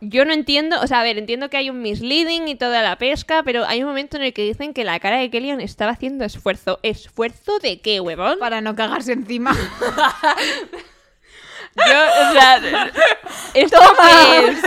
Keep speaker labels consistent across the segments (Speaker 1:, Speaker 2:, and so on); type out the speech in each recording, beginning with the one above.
Speaker 1: Yo no entiendo, o sea, a ver, entiendo que hay un misleading y toda la pesca, pero hay un momento en el que dicen que la cara de Kellyan estaba haciendo esfuerzo. ¿Esfuerzo de qué, huevón?
Speaker 2: Para no cagarse encima.
Speaker 1: Yo, o sea, esto qué es?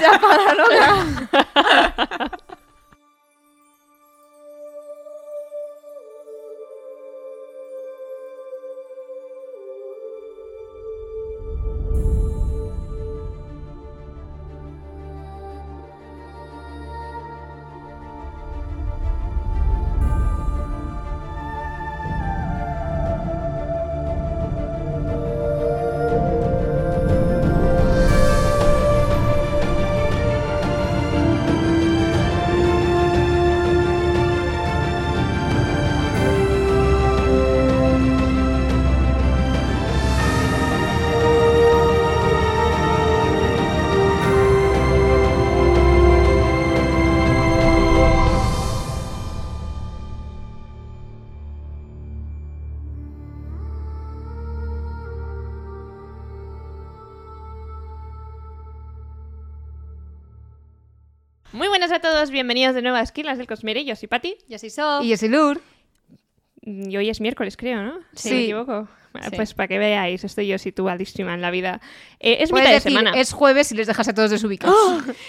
Speaker 1: Muy buenas a todos, bienvenidos de nuevo a Esquilas del Cosmere. Yo soy Pati.
Speaker 3: Yo soy Sof.
Speaker 2: y es el Ur.
Speaker 1: Y hoy es miércoles, creo, ¿no? Si
Speaker 2: Sí.
Speaker 1: me equivoco. Bueno,
Speaker 3: Sí.
Speaker 1: Pues para que veáis, estoy yo situadísima en la vida. Eh, es
Speaker 2: Puedes
Speaker 1: mitad de
Speaker 2: decir,
Speaker 1: semana.
Speaker 2: es jueves y les dejas a todos desubicados.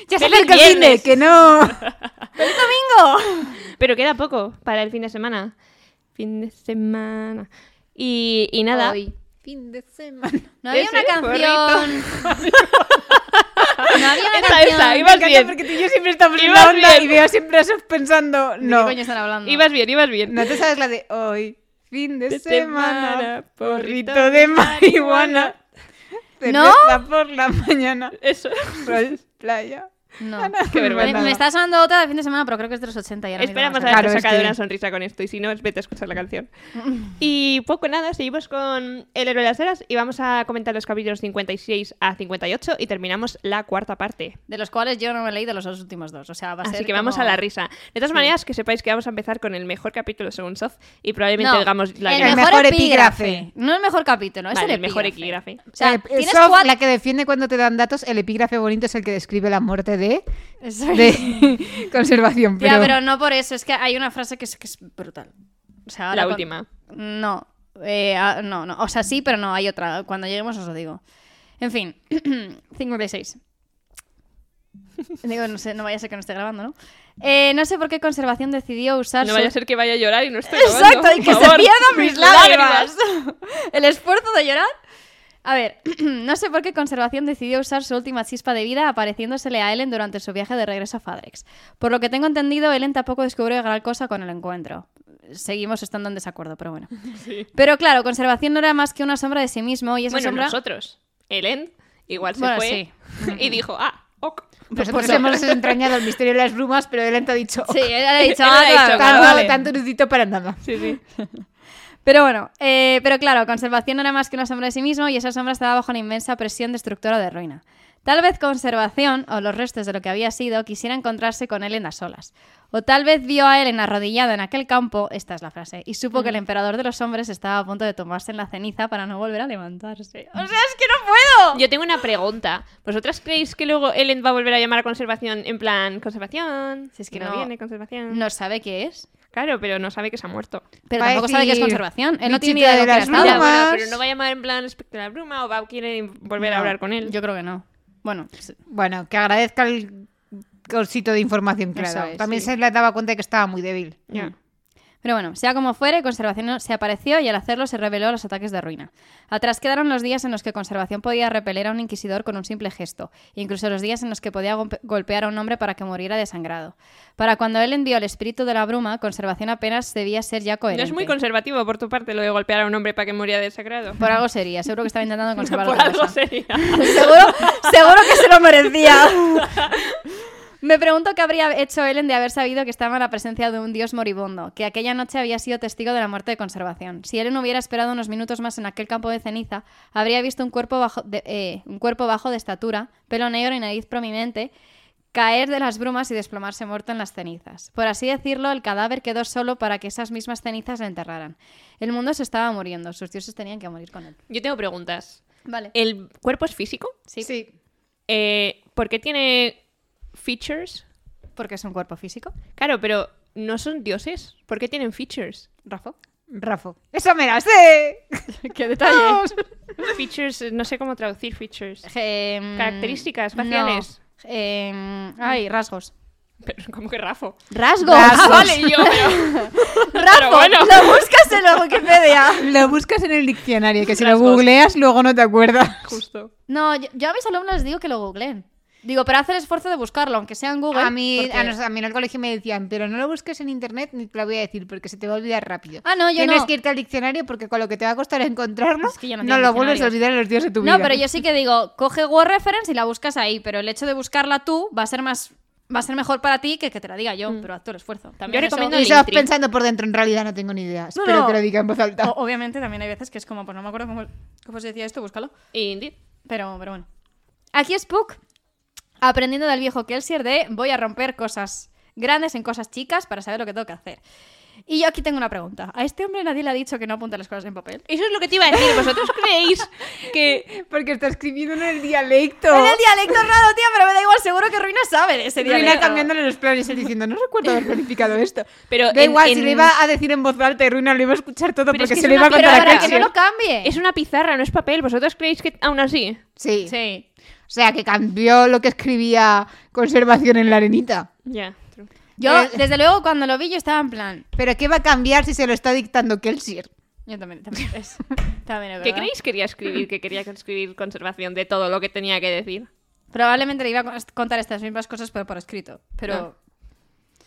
Speaker 3: ¡Ya
Speaker 1: se
Speaker 3: se
Speaker 1: Feliz acerca
Speaker 3: acerca
Speaker 1: el
Speaker 3: el
Speaker 1: viernes.
Speaker 3: cine!
Speaker 1: cine,
Speaker 2: ¡Que no!
Speaker 1: Pero queda poco para el fin de semana. Fin de semana. Y, y nada.
Speaker 2: Fin de semana.
Speaker 3: No había
Speaker 1: Ese
Speaker 3: una canción... no había
Speaker 1: Esa,
Speaker 3: una
Speaker 1: esa,
Speaker 3: canción...
Speaker 1: ibas bien.
Speaker 2: porque tú y yo siempre estamos en
Speaker 1: Ibas
Speaker 2: la onda
Speaker 1: bien.
Speaker 2: y veo siempre a esos pensando,
Speaker 3: ¿De
Speaker 2: no.
Speaker 3: qué coño están hablando?
Speaker 1: Mm. Ibas bien, ibas bien.
Speaker 2: No te sabes la de hoy, fin de,
Speaker 1: De
Speaker 2: semana,
Speaker 1: semana,
Speaker 2: porrito
Speaker 1: porrito
Speaker 2: de marihuana.
Speaker 3: ¿No?
Speaker 2: cerveza por la mañana,
Speaker 1: Eso.
Speaker 2: rol, playa.
Speaker 3: No.
Speaker 2: Ana,
Speaker 1: Qué
Speaker 2: me
Speaker 3: Me,
Speaker 1: vergüenza.
Speaker 2: mata.
Speaker 3: me está sonando otra de fin de semana, pero creo que es de los 80 y ahora mismo
Speaker 1: Esperamos
Speaker 3: no
Speaker 1: a
Speaker 3: sé.
Speaker 2: Claro,
Speaker 1: haberte
Speaker 2: es
Speaker 1: sacado
Speaker 2: que-
Speaker 1: una sonrisa con esto y si no, vete a escuchar la canción. Y poco nada, seguimos con El héroe de las eras y vamos a comentar los capítulos 56 a 58 y terminamos la cuarta parte.
Speaker 3: De los cuales yo no me he leído los dos últimos dos. O sea, va a
Speaker 1: Así
Speaker 3: ser
Speaker 1: que vamos
Speaker 3: como-
Speaker 1: a la risa. De todas maneras, que sepáis que vamos a empezar con el mejor capítulo según Soz y probablemente
Speaker 3: No,
Speaker 1: digamos la
Speaker 2: El
Speaker 3: el
Speaker 1: gran-
Speaker 3: mejor,
Speaker 2: mejor
Speaker 3: epígrafe.
Speaker 2: epígrafe.
Speaker 3: No el mejor capítulo, es
Speaker 1: Vale,
Speaker 3: el,
Speaker 1: el mejor
Speaker 3: epígrafe.
Speaker 1: epígrafe.
Speaker 3: O sea,
Speaker 2: Eh,
Speaker 3: tienes
Speaker 2: Sof,
Speaker 3: cuatro...
Speaker 2: la que defiende cuando te dan datos, el epígrafe bonito es el que describe la muerte de,
Speaker 3: Eso es.
Speaker 2: de conservación. Pero,
Speaker 3: Tía, pero no por eso, es que hay una frase que es, que es brutal. O sea,
Speaker 1: la
Speaker 3: ahora cuan-
Speaker 1: última.
Speaker 3: No, eh, ah, no, no. O sea, sí, pero no, hay otra. Cuando lleguemos os lo digo. En fin, 56. Digo, no sé, no vaya a ser que no esté grabando, ¿no? Eh, no sé por qué Conservación decidió usar
Speaker 1: No
Speaker 3: su-
Speaker 1: vaya a ser que vaya a llorar y no estoy
Speaker 3: Exacto,
Speaker 1: grabando, por
Speaker 3: y que se
Speaker 1: favor.
Speaker 3: pierdan mis
Speaker 1: Mis
Speaker 3: lágrimas. El esfuerzo de llorar. A ver, no sé por qué Conservación decidió usar su última chispa de vida apareciéndosele a Ellen durante su viaje de regreso a Fadrex. Por lo que tengo entendido, Ellen tampoco descubrió gran cosa con el encuentro. Seguimos estando en desacuerdo, pero bueno. Pero claro, Conservación no era más que una sombra de sí mismo y esa
Speaker 1: Bueno,
Speaker 3: sombra...
Speaker 1: nosotros. Ellen igual se
Speaker 3: Bueno,
Speaker 1: fue
Speaker 3: sí.
Speaker 1: y dijo, ah, ok.
Speaker 2: Nosotros
Speaker 1: Pues,
Speaker 2: hemos desentrañado el misterio de las brumas, pero él te ha dicho, "Oh,
Speaker 3: Sí, ella le ha dicho,
Speaker 1: Ella
Speaker 3: "Ah,
Speaker 1: le ha dicho,
Speaker 3: claro".
Speaker 2: tanto,
Speaker 1: vale.
Speaker 2: tanto erudito para nada.
Speaker 1: Sí, sí.
Speaker 3: Pero bueno, eh, pero claro, conservación no era más que una sombra de sí mismo y esa sombra estaba bajo una inmensa presión destructora de ruina. Tal vez conservación, o los restos de lo que había sido, quisiera encontrarse con Ellen a solas. O tal vez vio a Ellen arrodillada en aquel campo, esta es la frase, y supo que el emperador de los hombres estaba a punto de tomarse en la ceniza para no volver a levantarse. O sea, es que no puedo.
Speaker 1: Yo tengo una pregunta. ¿Vosotras creéis que luego Ellen va a volver a llamar a conservación en plan, conservación?
Speaker 3: Si es que
Speaker 1: no,
Speaker 3: no-
Speaker 1: viene conservación.
Speaker 3: No sabe qué es,
Speaker 1: Claro, pero no sabe que se ha muerto.
Speaker 3: pero
Speaker 2: Va a
Speaker 3: tampoco sabe qué es
Speaker 2: decir,
Speaker 3: conservación. Él
Speaker 2: "Mi
Speaker 3: no tiene ni
Speaker 2: chica
Speaker 3: idea
Speaker 2: de
Speaker 3: de lo que
Speaker 2: las
Speaker 3: ha estado.
Speaker 1: Ya, bueno,
Speaker 2: más.
Speaker 1: pero no va a llamar en plan respecto a la bruma o va quiere volver a
Speaker 3: No,
Speaker 1: hablar con él.
Speaker 3: Yo creo que no. Bueno, sí.
Speaker 2: Bueno, que agradezca el corsito de información que le ha
Speaker 3: Eso
Speaker 2: dado.
Speaker 3: es,
Speaker 2: También
Speaker 3: sí.
Speaker 2: se le daba cuenta de que estaba muy débil.
Speaker 1: Ya.
Speaker 3: Pero bueno, sea como fuere, Conservación se apareció y al hacerlo se reveló a los ataques de ruina. Atrás quedaron los días en los que Conservación podía repeler a un inquisidor con un simple gesto, incluso los días en los que podía golpe- golpear a un hombre para que muriera desangrado. Para cuando él envió el espíritu de la bruma, Conservación apenas debía ser ya
Speaker 1: No
Speaker 3: coherente.
Speaker 1: es muy conservativo por tu parte lo de golpear a un hombre para que muriera desagrado.
Speaker 3: Por algo sería, seguro que estaba intentando conservar
Speaker 1: Por
Speaker 3: otra
Speaker 1: algo
Speaker 3: cosa.
Speaker 1: sería.
Speaker 3: seguro, seguro que se lo merecía. Me pregunto qué habría hecho Ellen de haber sabido que estaba en la presencia de un dios moribundo, que aquella noche había sido testigo de la muerte de conservación. Si Ellen hubiera esperado unos minutos más en aquel campo de ceniza, habría visto un cuerpo bajo de, eh, un cuerpo bajo de estatura, pelo negro y nariz prominente, caer de las brumas y desplomarse muerto en las cenizas. Por así decirlo, el cadáver quedó solo para que esas mismas cenizas le enterraran. El mundo se estaba muriendo, sus dioses tenían que morir con él. Eh,
Speaker 1: Yo tengo preguntas.
Speaker 3: Vale.
Speaker 1: ¿El cuerpo es físico?
Speaker 3: Sí.
Speaker 1: Eh, ¿Por qué tiene features.
Speaker 3: Porque es un cuerpo físico.
Speaker 1: Claro, pero no son dioses. ¿Por qué tienen features?
Speaker 3: Rafa.
Speaker 2: Rafa. ¡Eso me la sé!
Speaker 3: ¡Qué detalle!
Speaker 2: Vamos.
Speaker 1: Features, eh, no sé cómo traducir features.
Speaker 3: Em,
Speaker 1: Características faciales.
Speaker 3: no. Em, ay, rasgos.
Speaker 1: Pero como que Rafo.
Speaker 3: ¿Rasgos?
Speaker 1: Ah, vale, y yo, pero...
Speaker 3: ¡Rasgos!
Speaker 1: bueno.
Speaker 3: Lo buscas en la Wikipedia.
Speaker 2: Lo buscas en el diccionario, que si lo
Speaker 1: Rasgos.
Speaker 2: googleas luego no te acuerdas.
Speaker 1: Justo.
Speaker 3: No, yo, yo a mis alumnos les digo que lo googleen. Digo, pero haz el esfuerzo de buscarlo, aunque sea en Google.
Speaker 2: A mí,
Speaker 3: porque-
Speaker 2: a, nos- a mí en el colegio me decían, pero no lo busques en internet ni te lo voy a decir porque se te va a olvidar rápido.
Speaker 3: Ah, no, yo
Speaker 2: Tienes
Speaker 3: no.
Speaker 2: que irte al diccionario porque con lo que te va a costar encontrarlo,
Speaker 3: Es que yo no
Speaker 2: no,
Speaker 3: tengo
Speaker 2: lo vuelves a
Speaker 3: diccionario.
Speaker 2: olvidar en los días de tu vida.
Speaker 3: No, pero yo sí que digo, coge Word Reference y la buscas ahí, pero el hecho de buscarla tú va a ser más va a ser mejor para ti que que te la diga Mm. yo, pero haz tú el esfuerzo. También
Speaker 1: Yo
Speaker 3: eso-
Speaker 1: recomiendo
Speaker 2: Y
Speaker 1: el
Speaker 2: estabas
Speaker 1: Linktree.
Speaker 2: pensando por dentro, en realidad no tengo ni idea. Espero
Speaker 3: no.
Speaker 2: que lo diga en voz alta.
Speaker 3: O- obviamente también hay veces que es como, pues no me acuerdo cómo, cómo se decía esto, búscalo.
Speaker 1: Indeed.
Speaker 3: Pero, pero bueno. Aquí Spook, aprendiendo del viejo Kelsier de voy a romper cosas grandes en cosas chicas para saber lo que tengo que hacer. Y yo aquí tengo una pregunta. ¿A este hombre nadie le ha dicho que no apunta las cosas en papel?
Speaker 1: Eso es lo que te iba a decir. ¿Vosotros creéis que
Speaker 2: Porque está escribiendo en el dialecto.
Speaker 3: En el dialecto raro, tía, pero me da igual, seguro que Ruina sabe de ese dialecto.
Speaker 2: Ruina cambiándole los planes y diciendo, no recuerdo haber planificado esto.
Speaker 1: Pero
Speaker 2: da
Speaker 1: en-
Speaker 2: igual, si
Speaker 1: en-
Speaker 2: lo iba a decir en voz alta y Ruina lo iba a escuchar todo
Speaker 1: Pero es
Speaker 2: porque
Speaker 1: que
Speaker 2: se
Speaker 1: es
Speaker 2: lo iba a
Speaker 1: una-
Speaker 3: Pero
Speaker 2: contar a
Speaker 3: para que
Speaker 2: Kelsier.
Speaker 3: no lo cambie.
Speaker 1: es una pizarra, no es papel? ¿Vosotros creéis que aún así?
Speaker 2: Sí.
Speaker 3: Sí.
Speaker 2: O sea, que cambió lo que escribía Conservación en la arenita.
Speaker 1: Ya.
Speaker 3: Yo,
Speaker 2: Eh.
Speaker 3: desde luego, cuando lo vi, yo estaba en plan.
Speaker 2: Pero ¿qué va a cambiar si se lo está dictando Kelsier?
Speaker 3: Yo también, también. Es, también es
Speaker 1: ¿Qué
Speaker 3: verdad.
Speaker 1: creéis quería escribir? Que quería escribir conservación de todo lo que tenía que decir.
Speaker 3: Probablemente le iba a con- contar estas mismas cosas, pero por escrito.
Speaker 2: Ah.
Speaker 3: Pero.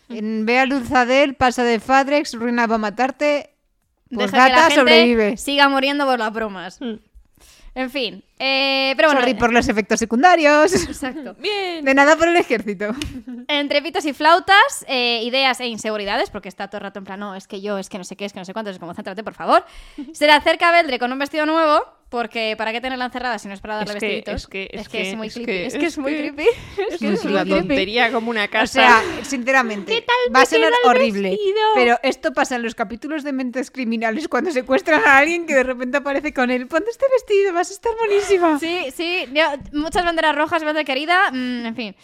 Speaker 3: Mm.
Speaker 2: En Bea Luzadel, pasa de Fadrex, Ruina va a matarte. Pues
Speaker 3: deja que la gente
Speaker 2: sobrevive.
Speaker 3: siga muriendo por las bromas.
Speaker 1: Mm.
Speaker 3: En fin. eh, pero bueno.
Speaker 2: Sorry por los efectos secundarios.
Speaker 3: Exacto.
Speaker 1: Bien.
Speaker 2: De nada por el ejército.
Speaker 3: Entre pitos y flautas, eh, ideas e inseguridades, porque está todo el rato en plan, no, es que yo, es que no sé qué, es que no sé cuánto, es como, céntrate, por favor. Se le acerca a Beldre con un vestido nuevo, porque ¿para qué tenerla encerrada si no es para darle
Speaker 1: Es que-
Speaker 3: vestiditos?
Speaker 1: es que- es
Speaker 3: es
Speaker 1: que-
Speaker 3: muy
Speaker 1: es
Speaker 3: creepy.
Speaker 1: que-
Speaker 3: es que es
Speaker 1: es
Speaker 3: muy
Speaker 1: que-
Speaker 3: creepy.
Speaker 1: Es que es
Speaker 2: Sí,
Speaker 1: una
Speaker 2: la tontería.
Speaker 1: tontería como una
Speaker 2: O
Speaker 1: casa.
Speaker 2: sea, sinceramente,
Speaker 1: tal
Speaker 2: va a
Speaker 1: me
Speaker 2: sonar
Speaker 1: queda el
Speaker 2: horrible.
Speaker 1: vestido?
Speaker 2: Pero esto pasa en los capítulos de Mentes Criminales cuando secuestran a alguien que de repente aparece con él. Ponte este vestido, vas a estar buenísima.
Speaker 3: Sí, sí, ya, muchas banderas rojas, bandera querida, mm, en fin.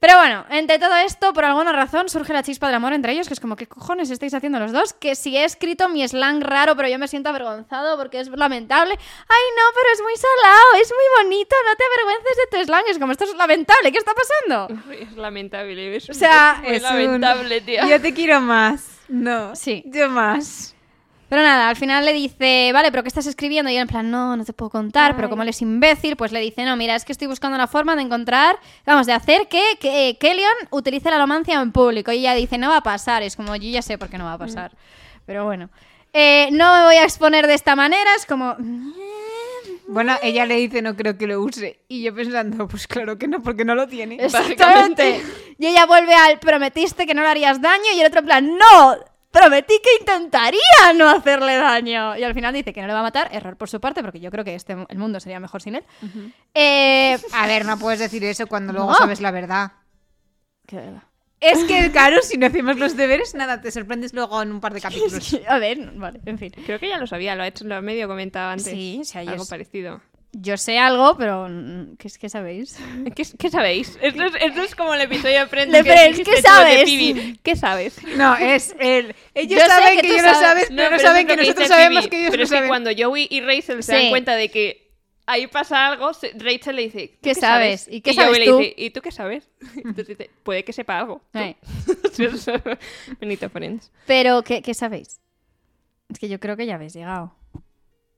Speaker 3: Pero bueno, entre todo esto, por alguna razón, surge la chispa del amor entre ellos, que es como, ¿qué cojones estáis haciendo los dos? Que si he escrito mi slang raro, pero yo me siento avergonzado porque es lamentable. Ay, no, pero es muy salado, es muy bonito, no te avergüences de tu slang. Es como, esto es lamentable, ¿qué está pasando?
Speaker 1: Es lamentable. Es
Speaker 3: O sea,
Speaker 1: muy
Speaker 2: Es un-
Speaker 1: lamentable, tía.
Speaker 2: Yo te quiero más. No.
Speaker 3: Sí.
Speaker 2: Yo más.
Speaker 3: Pero nada, al final le dice, vale, pero ¿qué estás escribiendo? Y él en plan, no, no te puedo contar, pero como él es imbécil, pues le dice, no, mira, es que estoy buscando una forma de encontrar, vamos, de hacer que, que eh, Kellyon utilice la romancia en público. Y ella dice, no va a pasar, es como, yo ya sé por qué no va a pasar. Pero bueno, Eh, no me voy a exponer de esta manera, es como...
Speaker 2: Bueno, ella le dice no creo que lo use. Y yo pensando, pues claro que no, porque no lo tiene.
Speaker 3: Exactamente. Y ella vuelve al prometiste que no le harías daño y el otro en plan, no, prometí que intentaría no hacerle daño. Y al final dice que no le va a matar, error por su parte, porque yo creo que este, el mundo sería mejor sin él. Eh,
Speaker 2: A ver, no puedes decir eso cuando luego
Speaker 3: No.
Speaker 2: sabes la verdad. Es que, claro, si no hacemos los deberes, nada, te sorprendes luego en un par de capítulos.
Speaker 3: a ver, vale, en fin.
Speaker 1: Creo que ya lo sabía, lo ha hecho, lo ha medio comentado antes.
Speaker 3: Sí, sí, ahí
Speaker 1: Algo
Speaker 3: es.
Speaker 1: parecido.
Speaker 3: Yo sé algo, pero mm, ¿qué, es- qué sabéis?
Speaker 1: ¿Qué, qué sabéis? Esto es, esto es como el episodio de Friends.
Speaker 3: De
Speaker 1: que
Speaker 3: Friends,
Speaker 1: dijiste tú,
Speaker 3: ¿qué
Speaker 1: de
Speaker 3: sabes?
Speaker 1: Phoebe. ¿Qué sabes?
Speaker 2: No, es el. Ellos
Speaker 3: Yo sé
Speaker 2: saben
Speaker 3: que
Speaker 2: que,
Speaker 3: tú
Speaker 2: yo no
Speaker 3: sabes.
Speaker 2: sabes, pero no
Speaker 1: pero eso
Speaker 2: saben que
Speaker 1: es lo
Speaker 2: nosotros
Speaker 1: dice
Speaker 2: sabemos
Speaker 1: Phoebe.
Speaker 2: que ellos
Speaker 1: Pero
Speaker 2: no
Speaker 1: es que
Speaker 2: saben.
Speaker 1: cuando Joey y Rachel se
Speaker 3: Sí.
Speaker 1: dan cuenta de que ahí pasa algo, se- Rachel le dice, ¿tú
Speaker 3: ¿Qué sabes? ¿Y qué
Speaker 1: Joey
Speaker 3: sabes
Speaker 1: le
Speaker 3: tú?
Speaker 1: dice, ¿y tú qué sabes? Entonces dice, puede que sepa algo. tú".
Speaker 3: Eh,
Speaker 1: Benito Friends.
Speaker 3: Pero ¿qué, qué sabéis? Es que yo creo que ya habéis llegado.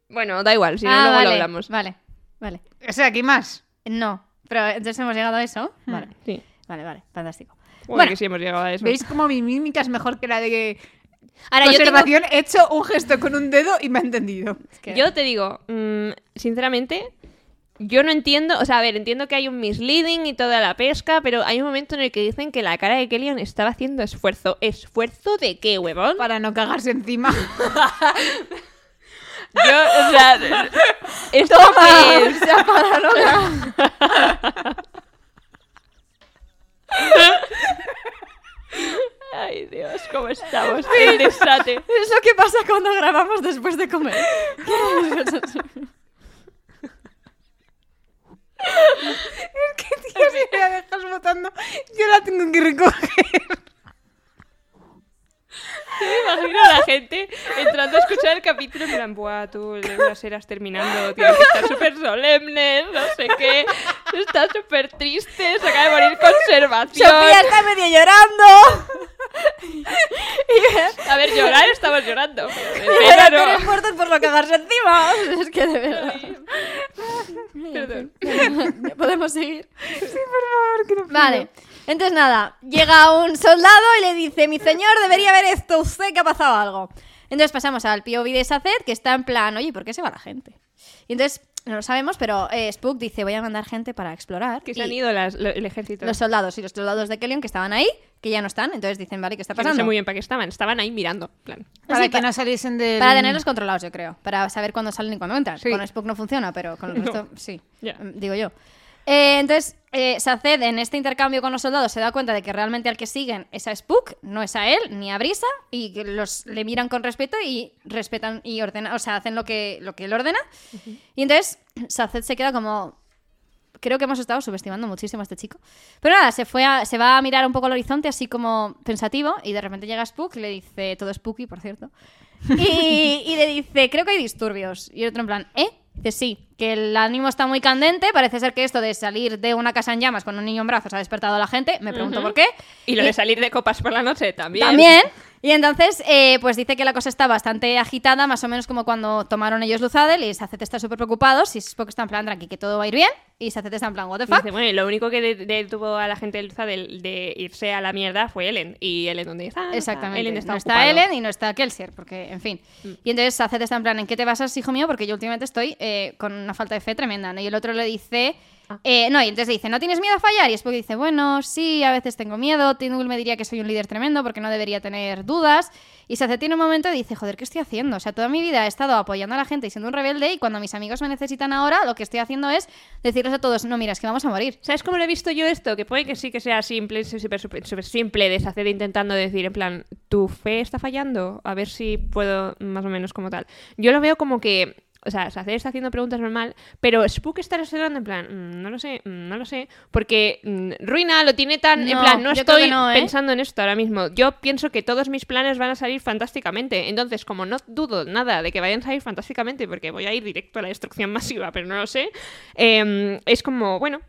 Speaker 1: Bueno, da igual, si no,
Speaker 3: Ah,
Speaker 1: luego
Speaker 3: vale,
Speaker 1: lo hablamos.
Speaker 3: Vale, vale.
Speaker 2: O sea, ¿qué más?
Speaker 3: No, pero entonces hemos llegado a eso.
Speaker 1: Hmm.
Speaker 3: Vale,
Speaker 1: Sí.
Speaker 3: vale, vale, fantástico.
Speaker 1: Joder,
Speaker 3: Bueno.
Speaker 1: que sí hemos llegado a eso.
Speaker 2: ¿Veis cómo mi mímica es mejor que la de
Speaker 3: Ahora yo tengo
Speaker 2: conservación? He hecho un gesto con un dedo y me ha entendido.
Speaker 3: que-
Speaker 1: Yo te digo, mm, sinceramente, yo no entiendo, o sea, a ver, entiendo que hay un misleading y toda la pesca, pero hay un momento en el que dicen que la cara de Kellyan estaba haciendo esfuerzo. ¿Esfuerzo de qué, huevón?
Speaker 2: Para no cagarse encima.
Speaker 1: Yo, o sea, esto qué es? Ay, Dios, cómo estamos. El desate.
Speaker 3: Es lo que pasa cuando grabamos después de comer.
Speaker 2: Tío, si me la dejas botando, yo la tengo que recoger.
Speaker 1: Me imagino a la gente entrando a escuchar el capítulo y dirán, buah, tú las eras terminando, tío, que está súper solemne, no sé qué, está súper triste, se acaba de morir conservación.
Speaker 3: Sofía está medio llorando.
Speaker 1: A ver, llorar estamos llorando. Pero, de pena
Speaker 3: Pero
Speaker 1: no.
Speaker 3: tiene fuerzas por lo que darse encima. Es que de verdad.
Speaker 1: Perdón.
Speaker 3: Podemos seguir.
Speaker 2: Sí, por favor, que no puedo.
Speaker 3: Vale. Entonces nada, llega un soldado y le dice, mi señor debería ver esto, usted que ha pasado algo. Entonces pasamos al POV de Saced, que está en plan, oye, ¿por qué se va la gente? Y entonces, no lo sabemos, pero eh, Spook dice, voy a mandar gente para explorar.
Speaker 1: Que
Speaker 3: Y
Speaker 1: se han ido las- lo- el ejército.
Speaker 3: Los soldados y los soldados de Kellyon que estaban ahí, que ya no están, entonces dicen, vale, ¿qué está
Speaker 1: Que no
Speaker 3: pasando?
Speaker 1: sé muy bien para qué estaban, estaban ahí mirando. en plan.
Speaker 2: Para
Speaker 3: Sí,
Speaker 2: que
Speaker 3: pa-
Speaker 2: no saliesen del...
Speaker 3: Para tenerlos controlados, yo creo. Para saber cuándo salen y cuándo entran.
Speaker 2: Sí.
Speaker 3: Con Spook no funciona, pero con el resto sí.
Speaker 1: Ya.
Speaker 3: Mm, Digo yo. Eh, entonces, eh, Saced en este intercambio con los soldados se da cuenta de que realmente al que siguen es a Spook, no es a él, ni a Brisa, y que los le miran con respeto y respetan y ordenan, o sea, hacen lo que, lo que él ordena. Y entonces, Saced se queda como, creo que hemos estado subestimando muchísimo a este chico. Pero nada, se, fue a- se va a mirar un poco al horizonte, así como pensativo, y de repente llega Spook y le dice, todo spooky, por cierto, y, y le dice, creo que hay disturbios. Y el otro en plan, ¿eh? Dice, sí, que el ánimo está muy candente, parece ser que esto de salir de una casa en llamas con un niño en brazos ha despertado a la gente, me pregunto por qué.
Speaker 1: Y lo de salir de copas por la noche también.
Speaker 3: También. Y entonces, eh, pues dice que la cosa está bastante agitada, más o menos como cuando tomaron ellos Luzadel y Sacete está súper preocupado, si es porque está en plan tranqui, que todo va a ir bien, y Sacete está en plan, what the
Speaker 1: Y
Speaker 3: fuck.
Speaker 1: dice, bueno, y lo único que de- detuvo a la gente de Luza de, de irse a la mierda fue Ellen. Y Ellen, ¿dónde está? No está.
Speaker 3: Exactamente.
Speaker 1: Ellen está
Speaker 3: no
Speaker 1: ocupado. Mm.
Speaker 3: está Ellen y no está Kelsier, porque, en fin. Y entonces Sacet está en plan, ¿en qué te basas, hijo mío? Porque yo últimamente estoy eh, con una falta de fe tremenda. ¿no? Y el otro le dice,
Speaker 1: Ah.
Speaker 3: eh, no, y entonces le dice, ¿no tienes miedo a fallar? Y Spock dice, bueno, sí, a veces tengo miedo. Tinul me diría que soy un líder tremendo porque no debería tener dudas. Y Sacet tiene un momento y dice, joder, ¿qué estoy haciendo? O sea, toda mi vida he estado apoyando a la gente y siendo un rebelde y cuando mis amigos me necesitan ahora, lo que estoy haciendo es decirles a todos, no, mira, es que vamos a morir.
Speaker 1: ¿Sabes cómo lo he visto yo esto? Que puede que sí que sea simple, sí, súper, súper, súper simple, deshacer intentando decir, en plan, tu fe está fallando, a ver si puedo más o menos como tal. Yo lo veo como que, o sea, Sacer está haciendo preguntas normal, pero Spook está reservando en plan, "Mm, no lo sé, mm, no lo sé, porque mm, Ruina lo tiene tan, en
Speaker 3: No,
Speaker 1: plan, no
Speaker 3: yo creo que
Speaker 1: estoy
Speaker 3: no, ¿eh?
Speaker 1: pensando en esto ahora mismo. Yo pienso que todos mis planes van a salir fantásticamente, entonces como no dudo nada de que vayan a salir fantásticamente, porque voy a ir directo a la destrucción masiva, pero no lo sé, em, es como, bueno,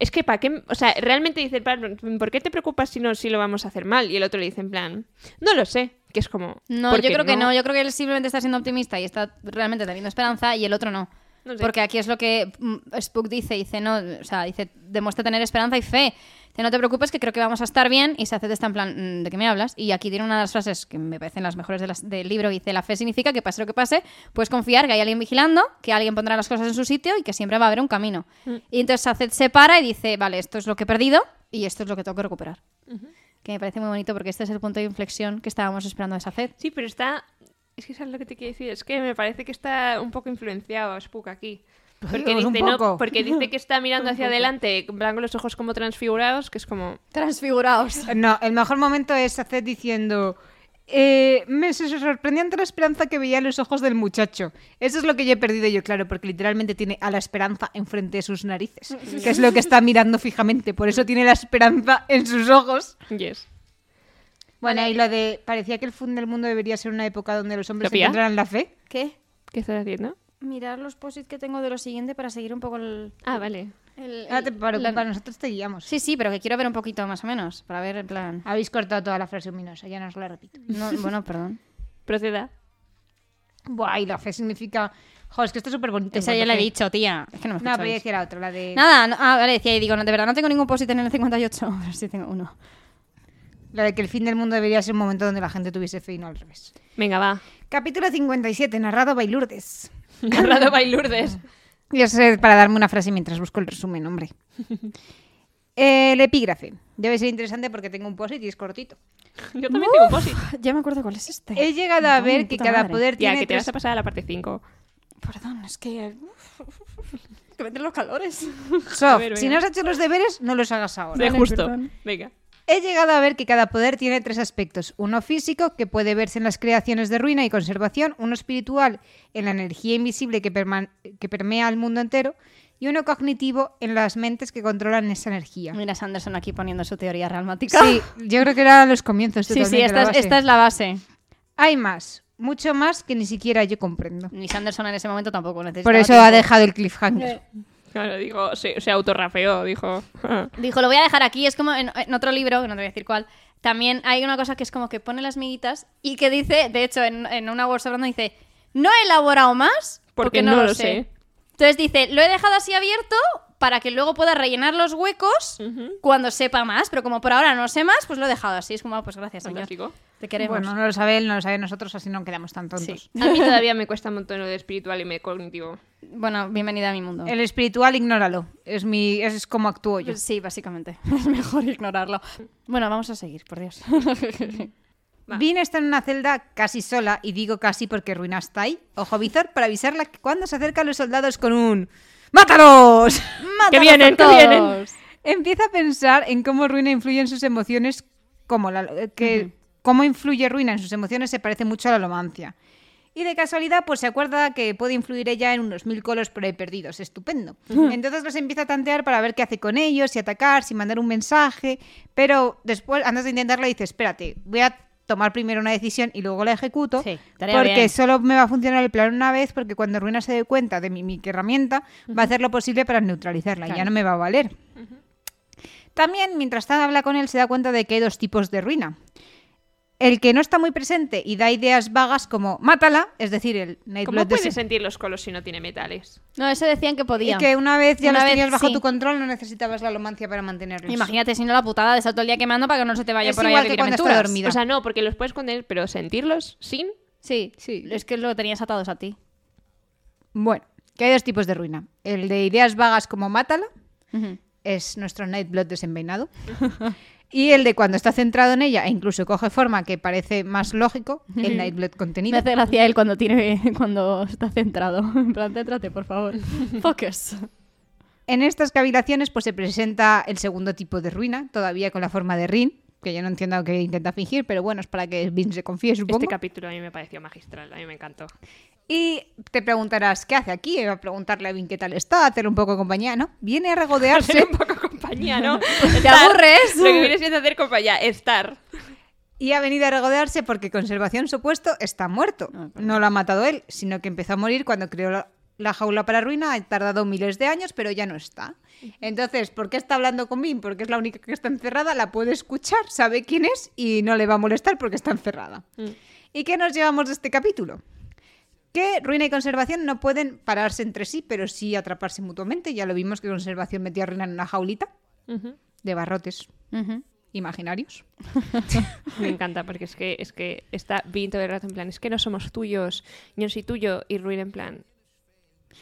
Speaker 1: es que para qué, o sea, realmente dice, "Pa- ¿por qué te preocupas si no si lo vamos a hacer mal? Y el otro le dice en plan, no lo sé, que es como
Speaker 3: No,
Speaker 1: "¿Por
Speaker 3: yo
Speaker 1: qué
Speaker 3: creo que no. Yo creo que él simplemente está siendo optimista y está realmente teniendo esperanza y el otro no.
Speaker 1: No sé.
Speaker 3: Porque aquí es lo que mm, Spook dice, dice no, o sea, dice demuestra tener esperanza y fe. Dice, no te preocupes que creo que vamos a estar bien y se hace está en plan, mm, ¿de qué me hablas? Y aquí tiene una de las frases que me parecen las mejores de las- del libro, dice, la fe significa que pase lo que pase, puedes confiar que hay alguien vigilando, que alguien pondrá las cosas en su sitio y que siempre va a haber un camino. Y entonces Saced se para y dice, vale, esto es lo que he perdido y esto es lo que tengo que recuperar. Que me parece muy bonito porque este es el punto de inflexión que estábamos esperando de Saced.
Speaker 1: Sí, pero está es que sabes lo que te quiero decir, es que me parece que está un poco influenciado Spook aquí. Porque
Speaker 2: Pues un
Speaker 1: dice, no,
Speaker 2: poco.
Speaker 1: porque dice que está mirando hacia adelante, en plan con los ojos como transfigurados, que es como
Speaker 3: Transfiguraos.
Speaker 2: No, el mejor momento es hacer diciendo. eh, me se sorprendía ante la esperanza que veía en los ojos del muchacho. Eso es lo que yo he perdido yo, claro, porque literalmente tiene a la esperanza enfrente de sus narices, que es lo que está mirando fijamente. Por eso tiene la esperanza en sus ojos.
Speaker 1: yes.
Speaker 2: Bueno, y lo de parecía que el fin del mundo debería ser una época donde los hombres
Speaker 1: ¿Sofía?
Speaker 2: encontraran la fe.
Speaker 3: ¿Qué?
Speaker 1: ¿Qué estás haciendo?
Speaker 3: Mirar los posits que tengo de lo siguiente para seguir un poco el...
Speaker 1: Ah, vale.
Speaker 3: el-
Speaker 2: Ahora te paro,
Speaker 3: la-
Speaker 2: para nosotros te guiamos.
Speaker 3: Sí, sí, pero que quiero ver un poquito más o menos, para ver en plan...
Speaker 2: Habéis cortado toda la frase luminosa, ya no os la repito.
Speaker 3: No, bueno, perdón.
Speaker 1: Proceda.
Speaker 2: Buah, y la fe significa. Jo, es que esto es súper bonito.
Speaker 3: Esa ya la he dicho, tía. Es que no me
Speaker 2: No, pero voy a
Speaker 3: escucháis.
Speaker 2: decir la otra, la de.
Speaker 3: Nada, no- ah, vale, decía y digo, no, de verdad no tengo ningún posit en el 58, pero sí tengo uno.
Speaker 2: La de que el fin del mundo debería ser un momento donde la gente tuviese fe y no al revés.
Speaker 1: Venga, va.
Speaker 2: Capítulo 57, narrado by Lourdes.
Speaker 1: Narrado by Lourdes.
Speaker 2: Yo sé para darme una frase mientras busco el resumen, hombre. El epígrafe. Debe ser interesante porque tengo un post y es cortito.
Speaker 1: Yo también tengo un posit.
Speaker 3: Ya me acuerdo cuál es este.
Speaker 2: He llegado a
Speaker 3: Madre
Speaker 2: ver
Speaker 3: de
Speaker 2: que
Speaker 3: puta
Speaker 2: cada
Speaker 3: madre.
Speaker 2: poder
Speaker 1: Ya,
Speaker 2: tiene
Speaker 1: que te
Speaker 2: tres-
Speaker 1: vas a pasar a la parte 5.
Speaker 3: Perdón, es que... que me entran los calores.
Speaker 2: Sof,
Speaker 1: ver,
Speaker 2: si
Speaker 1: venga.
Speaker 2: no has hecho los deberes, no los hagas ahora.
Speaker 1: De
Speaker 3: Vale,
Speaker 1: justo.
Speaker 3: perdón.
Speaker 1: Venga.
Speaker 2: He llegado a ver que cada poder tiene tres aspectos. Uno físico, que puede verse en las creaciones de ruina y conservación. Uno espiritual, en la energía invisible que, perman- que permea al mundo entero. Y y uno cognitivo en las mentes que controlan esa energía.
Speaker 3: Mira Sanderson aquí poniendo su teoría realmática.
Speaker 2: Sí, yo creo que eran los comienzos.
Speaker 3: sí, sí,
Speaker 2: totalmente,
Speaker 3: esta
Speaker 2: la
Speaker 3: es,
Speaker 2: base.
Speaker 3: esta es la base.
Speaker 2: Hay más, mucho más que ni siquiera yo comprendo.
Speaker 3: Ni Sanderson en ese momento tampoco necesitaba.
Speaker 2: Por eso
Speaker 3: tiempo.
Speaker 2: ha dejado el cliffhanger.
Speaker 3: Eh,
Speaker 1: Claro, dijo, se, se autorrafeó, dijo.
Speaker 3: Dijo, lo voy a dejar aquí. Es como en, en otro libro, que no te voy a decir cuál, también hay una cosa que es como que pone las miguitas y que dice, de hecho, en, en una Word Sobrando dice, no he elaborado más porque, no, lo sé. Entonces dice, lo he dejado así abierto para que luego pueda rellenar los huecos
Speaker 1: Ujú.
Speaker 3: cuando sepa más, pero como por ahora no sé más, pues lo he dejado así. Es como, ah, pues gracias, señor.
Speaker 1: Fantástico.
Speaker 3: Te queremos.
Speaker 2: Bueno, no lo sabe él, no lo sabe nosotros, así no quedamos tan tontos.
Speaker 3: Sí.
Speaker 1: A mí todavía me cuesta un montón lo de espiritual y me cognitivo.
Speaker 3: Bueno, bienvenida a mi mundo.
Speaker 2: El espiritual, ignóralo. Es mi, es como actúo yo.
Speaker 3: Sí, básicamente. Es mejor ignorarlo. Bueno, vamos a seguir, por Dios.
Speaker 1: Va.
Speaker 2: Vin está en una celda casi sola, y digo casi porque Ruina está ahí. Ojo visor para avisarla que cuando se acercan los soldados con un ¡Mátalos!
Speaker 1: ¡Que vienen, que vienen!
Speaker 2: Empieza a pensar en cómo Ruina influye en sus emociones, como la, eh, que cómo influye Ruina en sus emociones se parece mucho a la lomancia. Y de casualidad, pues se acuerda que puede influir ella en unos mil colos por ahí perdidos. Estupendo. Entonces los empieza a tantear para ver qué hace con ellos, si atacar, si mandar un mensaje. Pero después, antes de intentarlo, dice, espérate, voy a tomar primero una decisión y luego la ejecuto.
Speaker 3: Sí, tarea
Speaker 2: porque
Speaker 3: bien.
Speaker 2: solo me va a funcionar el plan una vez, porque cuando Ruina se dé cuenta de mi, mi herramienta, va a hacer lo posible para neutralizarla. Ya
Speaker 3: Claro.
Speaker 2: no me va a valer. También, mientras Tan habla con él, se da cuenta de que hay dos tipos de ruina. El que no está muy presente y da ideas vagas como mátala, es decir, el
Speaker 1: ¿Cómo
Speaker 2: Nightblood de
Speaker 1: puedes
Speaker 2: se-
Speaker 1: sentir los colos si no tiene metales?
Speaker 3: No, eso decían que
Speaker 2: Y
Speaker 3: podía.
Speaker 2: que una vez ya
Speaker 3: Una
Speaker 2: los
Speaker 3: vez,
Speaker 2: tenías bajo
Speaker 3: sí.
Speaker 2: tu control, no necesitabas la lomancia para mantenerlos.
Speaker 3: Imagínate, si no la putada de estar todo el día quemando para que no se te vaya
Speaker 2: Es
Speaker 3: por ahí a
Speaker 2: igual que
Speaker 3: vivir
Speaker 2: cuando está
Speaker 3: aventuras.
Speaker 2: dormido. Mira.
Speaker 1: O sea, no, porque los puedes esconder, pero sentirlos sin.
Speaker 3: Sí,
Speaker 2: Sí.
Speaker 3: Es que lo tenías atados a ti.
Speaker 2: Bueno, que hay dos tipos de ruina. El de ideas vagas como mátala, es nuestro Nightblood desenveinado. y el de cuando está centrado en ella e incluso coge forma que parece más lógico, el Nightblood
Speaker 3: Me
Speaker 2: contenido.
Speaker 3: hace gracia él cuando tiene cuando está centrado. En plan, céntrate, por favor. Focus.
Speaker 2: En estas cavilaciones pues se presenta el segundo tipo de ruina, todavía con la forma de Rin, que yo no entiendo que intenta fingir, pero bueno, es para que Vin se confíe, supongo.
Speaker 1: Este capítulo a mí me pareció magistral, a mí me encantó.
Speaker 2: y te preguntarás, ¿qué hace aquí? Eh, Va a preguntarle a Vin qué tal está, hacerle un poco de compañía, ¿no? Viene a regodearse
Speaker 1: Hacer un poco compañía, ¿no?
Speaker 3: ¿Te
Speaker 1: Estar.
Speaker 3: aburres?
Speaker 1: Lo que viene siendo hacer compañía, estar.
Speaker 2: y ha venido a regodearse porque conservación supuesto está muerto.
Speaker 3: Ah, perdón.
Speaker 2: No lo ha matado él, sino que empezó a morir cuando creó la, la jaula para ruina, ha tardado miles de años, pero ya no está. Entonces, ¿por qué está hablando con Vin? Porque es la única que está encerrada, la puede escuchar, sabe quién es y no le va a molestar porque está encerrada.
Speaker 1: Mm.
Speaker 2: ¿Y qué nos llevamos de este capítulo? Que ruina y conservación no pueden pararse entre sí, pero sí atraparse mutuamente. Ya lo vimos que conservación metió a ruina en una jaulita de barrotes
Speaker 3: Ujú.
Speaker 2: imaginarios.
Speaker 1: Me encanta, porque es que, es que está bien todo el rato en plan, es que no somos tuyos, yo soy tuyo, y Ruin en plan.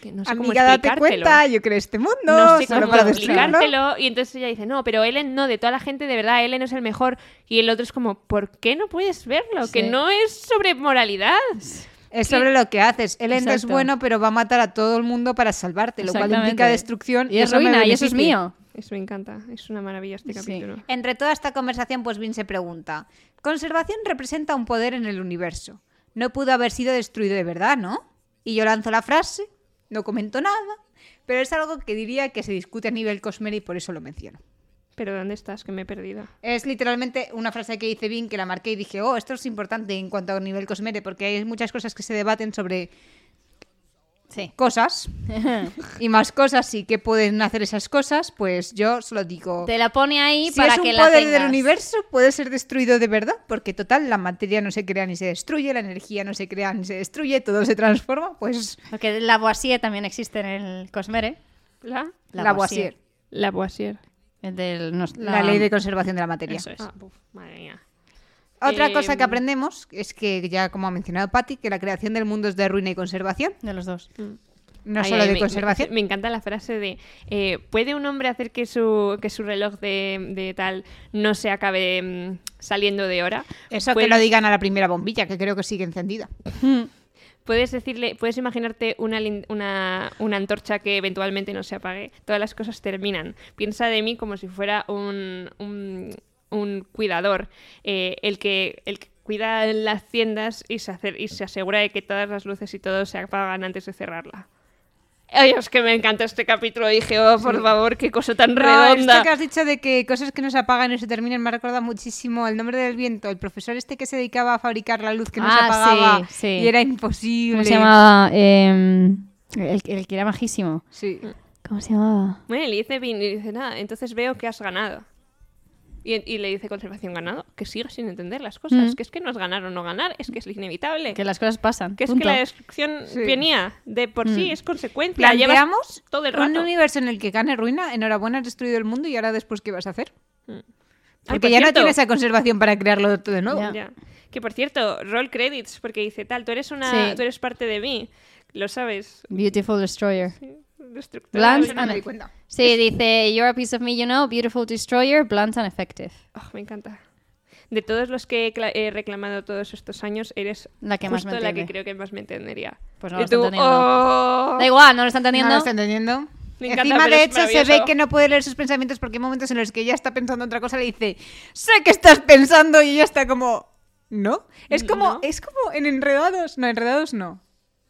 Speaker 1: Que no sé cómo
Speaker 2: Amiga, date
Speaker 1: explicártelo.
Speaker 2: cuenta, yo creo este mundo.
Speaker 1: No, sé
Speaker 2: solo
Speaker 1: cómo
Speaker 2: para destruirlo.
Speaker 1: explicártelo. Y entonces ella dice, no, pero Ellen no, de toda la gente, de verdad, Ellen es el mejor. Y el otro es como, ¿por qué no puedes verlo? Que
Speaker 3: Sí.
Speaker 1: no es sobre moralidad.
Speaker 2: Es sobre lo que haces. El ente es
Speaker 3: Exacto.
Speaker 2: bueno, pero va a matar a todo el mundo para salvarte, lo cual implica
Speaker 3: Exactamente.
Speaker 2: destrucción.
Speaker 3: Y es
Speaker 2: eso me
Speaker 3: ruina, y eso es
Speaker 2: beneficia.
Speaker 3: mío.
Speaker 1: Eso me encanta, es una maravilla este
Speaker 3: Sí.
Speaker 1: capítulo.
Speaker 2: Entre toda esta conversación, pues Vin se pregunta: Conservación representa un poder en el universo. No pudo haber sido destruido de verdad, ¿no? Y yo lanzo la frase, no comento nada, pero es algo que diría que se discute a nivel cosmere y por eso lo menciono.
Speaker 1: Pero ¿dónde estás? Que me he perdido.
Speaker 2: Es literalmente una frase que dice Vin que la marqué y dije, oh, esto es importante en cuanto a nivel cosmere, porque hay muchas cosas que se debaten sobre
Speaker 3: Sí.
Speaker 2: cosas y más cosas y qué pueden hacer esas cosas, pues yo solo digo.
Speaker 3: Te la pone ahí
Speaker 2: si
Speaker 3: para
Speaker 2: es un
Speaker 3: que la
Speaker 2: poder
Speaker 3: tengas.
Speaker 2: del universo, puede ser destruido de verdad, porque total, la materia no se crea ni se destruye, la energía no se crea ni se destruye, todo se transforma, pues
Speaker 3: Porque la Boisier también existe en el Cosmere.
Speaker 1: ¿La?
Speaker 2: la,
Speaker 3: Boissier.
Speaker 2: Lavoisier,
Speaker 1: La Boisier.
Speaker 3: El del- no,
Speaker 2: la, ley de conservación de la materia.
Speaker 3: Eso es.
Speaker 1: Ah, buf, madre mía.
Speaker 2: Otra
Speaker 1: Eh,
Speaker 2: cosa que aprendemos es que, ya como ha mencionado Patty, que la creación del mundo es de ruina y conservación,
Speaker 3: De los dos.
Speaker 2: no
Speaker 1: Ay,
Speaker 2: solo
Speaker 1: ay,
Speaker 2: de
Speaker 1: me-
Speaker 2: conservación.
Speaker 1: Me, me encanta la frase de eh, ¿puede un hombre hacer que su, que su reloj de, de tal no se acabe mm, saliendo de hora?
Speaker 2: Eso
Speaker 1: Pues-
Speaker 2: que lo digan a la primera bombilla, que creo que sigue encendida.
Speaker 1: Puedes decirle, puedes imaginarte una, lin- una, una antorcha que eventualmente no se apague. Todas las cosas terminan. Piensa de mí como si fuera un, un, un cuidador, eh, el que el que cuida las tiendas y se, hace- y se asegura de que todas las luces y todo se apagan antes de cerrarla. Ay, es que me encanta este capítulo. Dije, oh, por favor, qué cosa tan
Speaker 2: No, este esto que
Speaker 1: redonda.
Speaker 2: has dicho de que cosas que no se apagan y se terminan me ha recordado muchísimo el nombre del viento, el profesor este que se dedicaba a fabricar la luz que no se
Speaker 3: Ah,
Speaker 2: apagaba
Speaker 3: sí, sí.
Speaker 2: y era imposible.
Speaker 3: ¿Cómo se llamaba? Eh, el, el que era majísimo.
Speaker 2: Sí.
Speaker 3: ¿Cómo se llamaba?
Speaker 1: Bueno, y le dice Vin, y dice, nada, entonces veo que has ganado. Y, y le dice conservación ganado, que sigue sin entender las cosas,
Speaker 3: Mm.
Speaker 1: que es que no es ganar o no ganar, es que es inevitable.
Speaker 3: Eh. Que las cosas pasan.
Speaker 1: que es
Speaker 3: punto.
Speaker 1: que la destrucción
Speaker 2: Sí.
Speaker 1: venía de por sí,
Speaker 2: Mm.
Speaker 1: es consecuencia. la llevas
Speaker 2: Planteamos
Speaker 1: todo el
Speaker 2: un
Speaker 1: rato.
Speaker 2: universo en el que gane ruina, enhorabuena, has destruido el mundo y ahora después ¿qué vas a hacer?
Speaker 1: Ay,
Speaker 2: Porque
Speaker 1: Ah, por
Speaker 2: ya no
Speaker 1: cierto.
Speaker 2: tienes esa conservación para crearlo todo de nuevo.
Speaker 3: Ya.
Speaker 1: Ya. Que por cierto, roll credits, porque dice tal, tú eres una,
Speaker 3: Sí.
Speaker 1: tú eres parte de mí, lo sabes.
Speaker 3: Beautiful Destroyer.
Speaker 1: Destructora.
Speaker 3: Blunt
Speaker 2: Yo
Speaker 1: Bueno,
Speaker 2: no me
Speaker 3: and-
Speaker 2: di cuenta.
Speaker 3: Sí, dice, You're a piece of me, you know, beautiful destroyer, blunt and effective.
Speaker 1: oh, me encanta. De todos los que he cla- he reclamado todos estos años, eres
Speaker 3: La que más
Speaker 1: justo
Speaker 3: me
Speaker 1: la que
Speaker 3: entiende.
Speaker 1: creo que más me entendería.
Speaker 3: Pues no lo
Speaker 1: Y tú,
Speaker 3: está entendiendo.
Speaker 1: oh.
Speaker 3: Da igual, no lo está
Speaker 2: No
Speaker 3: entendiendo.
Speaker 2: lo está entendiendo.
Speaker 1: Me encanta,
Speaker 2: Encima,
Speaker 1: pero
Speaker 2: de
Speaker 1: es
Speaker 2: hecho, se
Speaker 1: maravilloso.
Speaker 2: ve que no puede leer sus pensamientos porque hay momentos en los que ella está pensando otra cosa le dice, sé que estás pensando y ella está como, ¿no? Es como,
Speaker 1: No.
Speaker 2: es como en Enredados, no, Enredados no,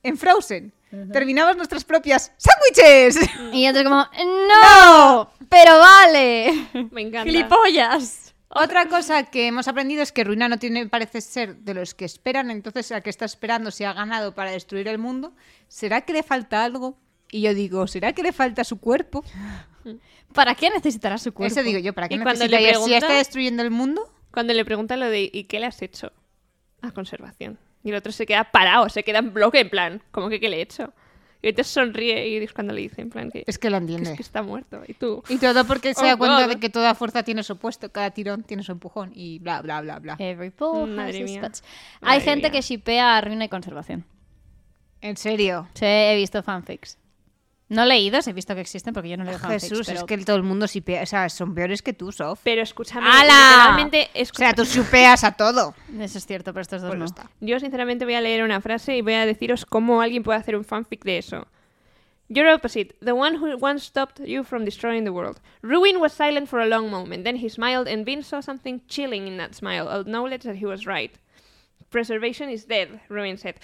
Speaker 2: en Frozen. Terminabas nuestras propias sándwiches.
Speaker 3: Y entonces como, ¡No! ¡Pero vale!
Speaker 1: Me encanta.
Speaker 3: ¡Gilipollas!
Speaker 2: Otra cosa que hemos aprendido es que Ruina no tiene, parece ser, de los que esperan, entonces a que está esperando si ha ganado para destruir el mundo, ¿será que le falta algo? Y yo digo, ¿será que le falta su cuerpo?
Speaker 3: ¿Para qué necesitará su cuerpo?
Speaker 2: Eso digo yo, ¿para qué
Speaker 1: Y cuando
Speaker 2: necesita
Speaker 1: le
Speaker 2: ella? Si ya
Speaker 1: pregunta-
Speaker 2: está destruyendo el mundo?
Speaker 1: Cuando le pregunta lo de ¿y qué le has hecho? A conservación. Y el otro se queda parado, se queda en bloque en plan, como que qué le he hecho? Y entonces sonríe y es cuando le dice en plan que,
Speaker 2: Es que lo
Speaker 1: que
Speaker 2: entiende.
Speaker 1: es que está muerto. Y tú,
Speaker 2: Y todo porque se
Speaker 1: Oh,
Speaker 2: da cuenta
Speaker 1: God.
Speaker 2: de que toda fuerza tiene su opuesto, cada tirón tiene su empujón y bla, bla, bla,
Speaker 1: Eh,
Speaker 2: bla.
Speaker 3: Every pole
Speaker 1: Madre
Speaker 3: has its
Speaker 1: mía.
Speaker 3: spots. Hay
Speaker 1: Madre mía.
Speaker 3: gente que shipea a Ruina y Conservación.
Speaker 2: En serio.
Speaker 3: Sí, he visto fanfics. No leídos, he visto que existen porque yo no leo fanfics.
Speaker 2: Ah, Jesús,
Speaker 3: pero-
Speaker 2: es que todo el mundo sipea, o sea, son peores que tú, Sof.
Speaker 1: pero escúchame,
Speaker 3: ¡Hala!
Speaker 1: literalmente
Speaker 2: O sea,
Speaker 1: escucha-
Speaker 2: tú supeas a todo.
Speaker 1: Pues
Speaker 3: Eso es cierto, pero estos dos
Speaker 2: Pues no
Speaker 3: no.
Speaker 2: está.
Speaker 1: Yo sinceramente voy a leer una frase y voy a deciros cómo alguien puede hacer un fanfic de eso. Your opposite, the one who once stopped you from destroying the world. Ruin was silent for a long moment, then he smiled, and Vin saw something chilling in that smile, acknowledged that he was right. Preservation is dead, Ruin said.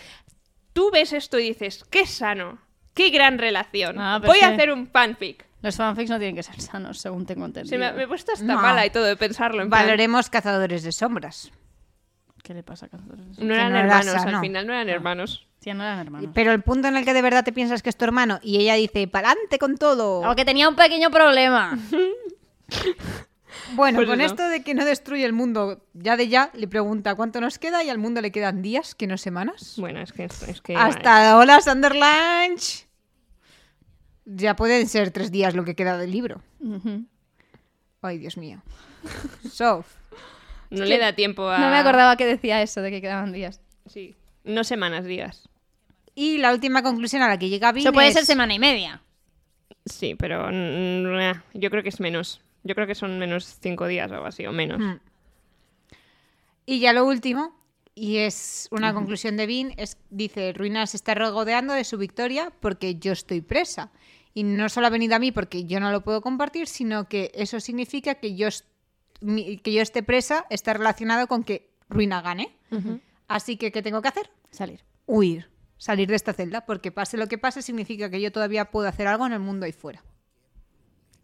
Speaker 1: Tú ves esto y dices, qué sano, qué gran relación.
Speaker 3: Ah, pero
Speaker 1: Voy
Speaker 3: es
Speaker 1: a
Speaker 3: que-
Speaker 1: hacer un fanfic.
Speaker 3: Los fanfics no tienen que ser sanos, según tengo entendido.
Speaker 1: Se me, me he puesto hasta
Speaker 2: No.
Speaker 1: mala y todo de pensarlo. En plan,
Speaker 2: Valoremos cazadores de sombras.
Speaker 3: ¿Qué le pasa a Cazadores?
Speaker 1: no eran
Speaker 2: no era
Speaker 1: hermanos,
Speaker 2: sano.
Speaker 1: al final no eran hermanos.
Speaker 3: Sí, no eran hermanos.
Speaker 2: Pero el punto en el que de verdad te piensas que es tu hermano y ella dice, pa'lante con todo.
Speaker 3: Aunque tenía un pequeño problema.
Speaker 2: Bueno,
Speaker 1: Pues
Speaker 2: con
Speaker 1: eso.
Speaker 2: esto de que no destruye el mundo, ya de ya le pregunta cuánto nos queda y al mundo le quedan días, que no semanas.
Speaker 1: Bueno, es que... Es que
Speaker 2: Hasta hola Sunderland. Ya pueden ser tres días lo que queda del libro.
Speaker 3: Ujú.
Speaker 2: Ay, Dios mío. So,
Speaker 1: No le da tiempo a...
Speaker 3: No me acordaba que decía eso, de que quedaban días.
Speaker 1: Sí. No semanas, días.
Speaker 2: y la última conclusión a la que llega Vin
Speaker 3: Eso puede
Speaker 2: es-
Speaker 3: ser semana y media.
Speaker 1: Sí, pero mm, nah, yo creo que es menos. Yo creo que son menos cinco días o algo así, o menos.
Speaker 2: Mm.
Speaker 3: Ah,
Speaker 2: Y ya lo último, y es una conclusión de Vin, es, dice, Ruina se está regodeando de su victoria porque yo estoy presa. Y no solo ha venido a mí porque yo no lo puedo compartir, sino que eso significa que yo, est- mi- que yo esté presa está relacionado con que Ruina gane. Así que, ¿qué tengo que hacer?
Speaker 3: Salir.
Speaker 2: huir, salir de esta celda, porque pase lo que pase significa que yo todavía puedo hacer algo en el mundo ahí fuera.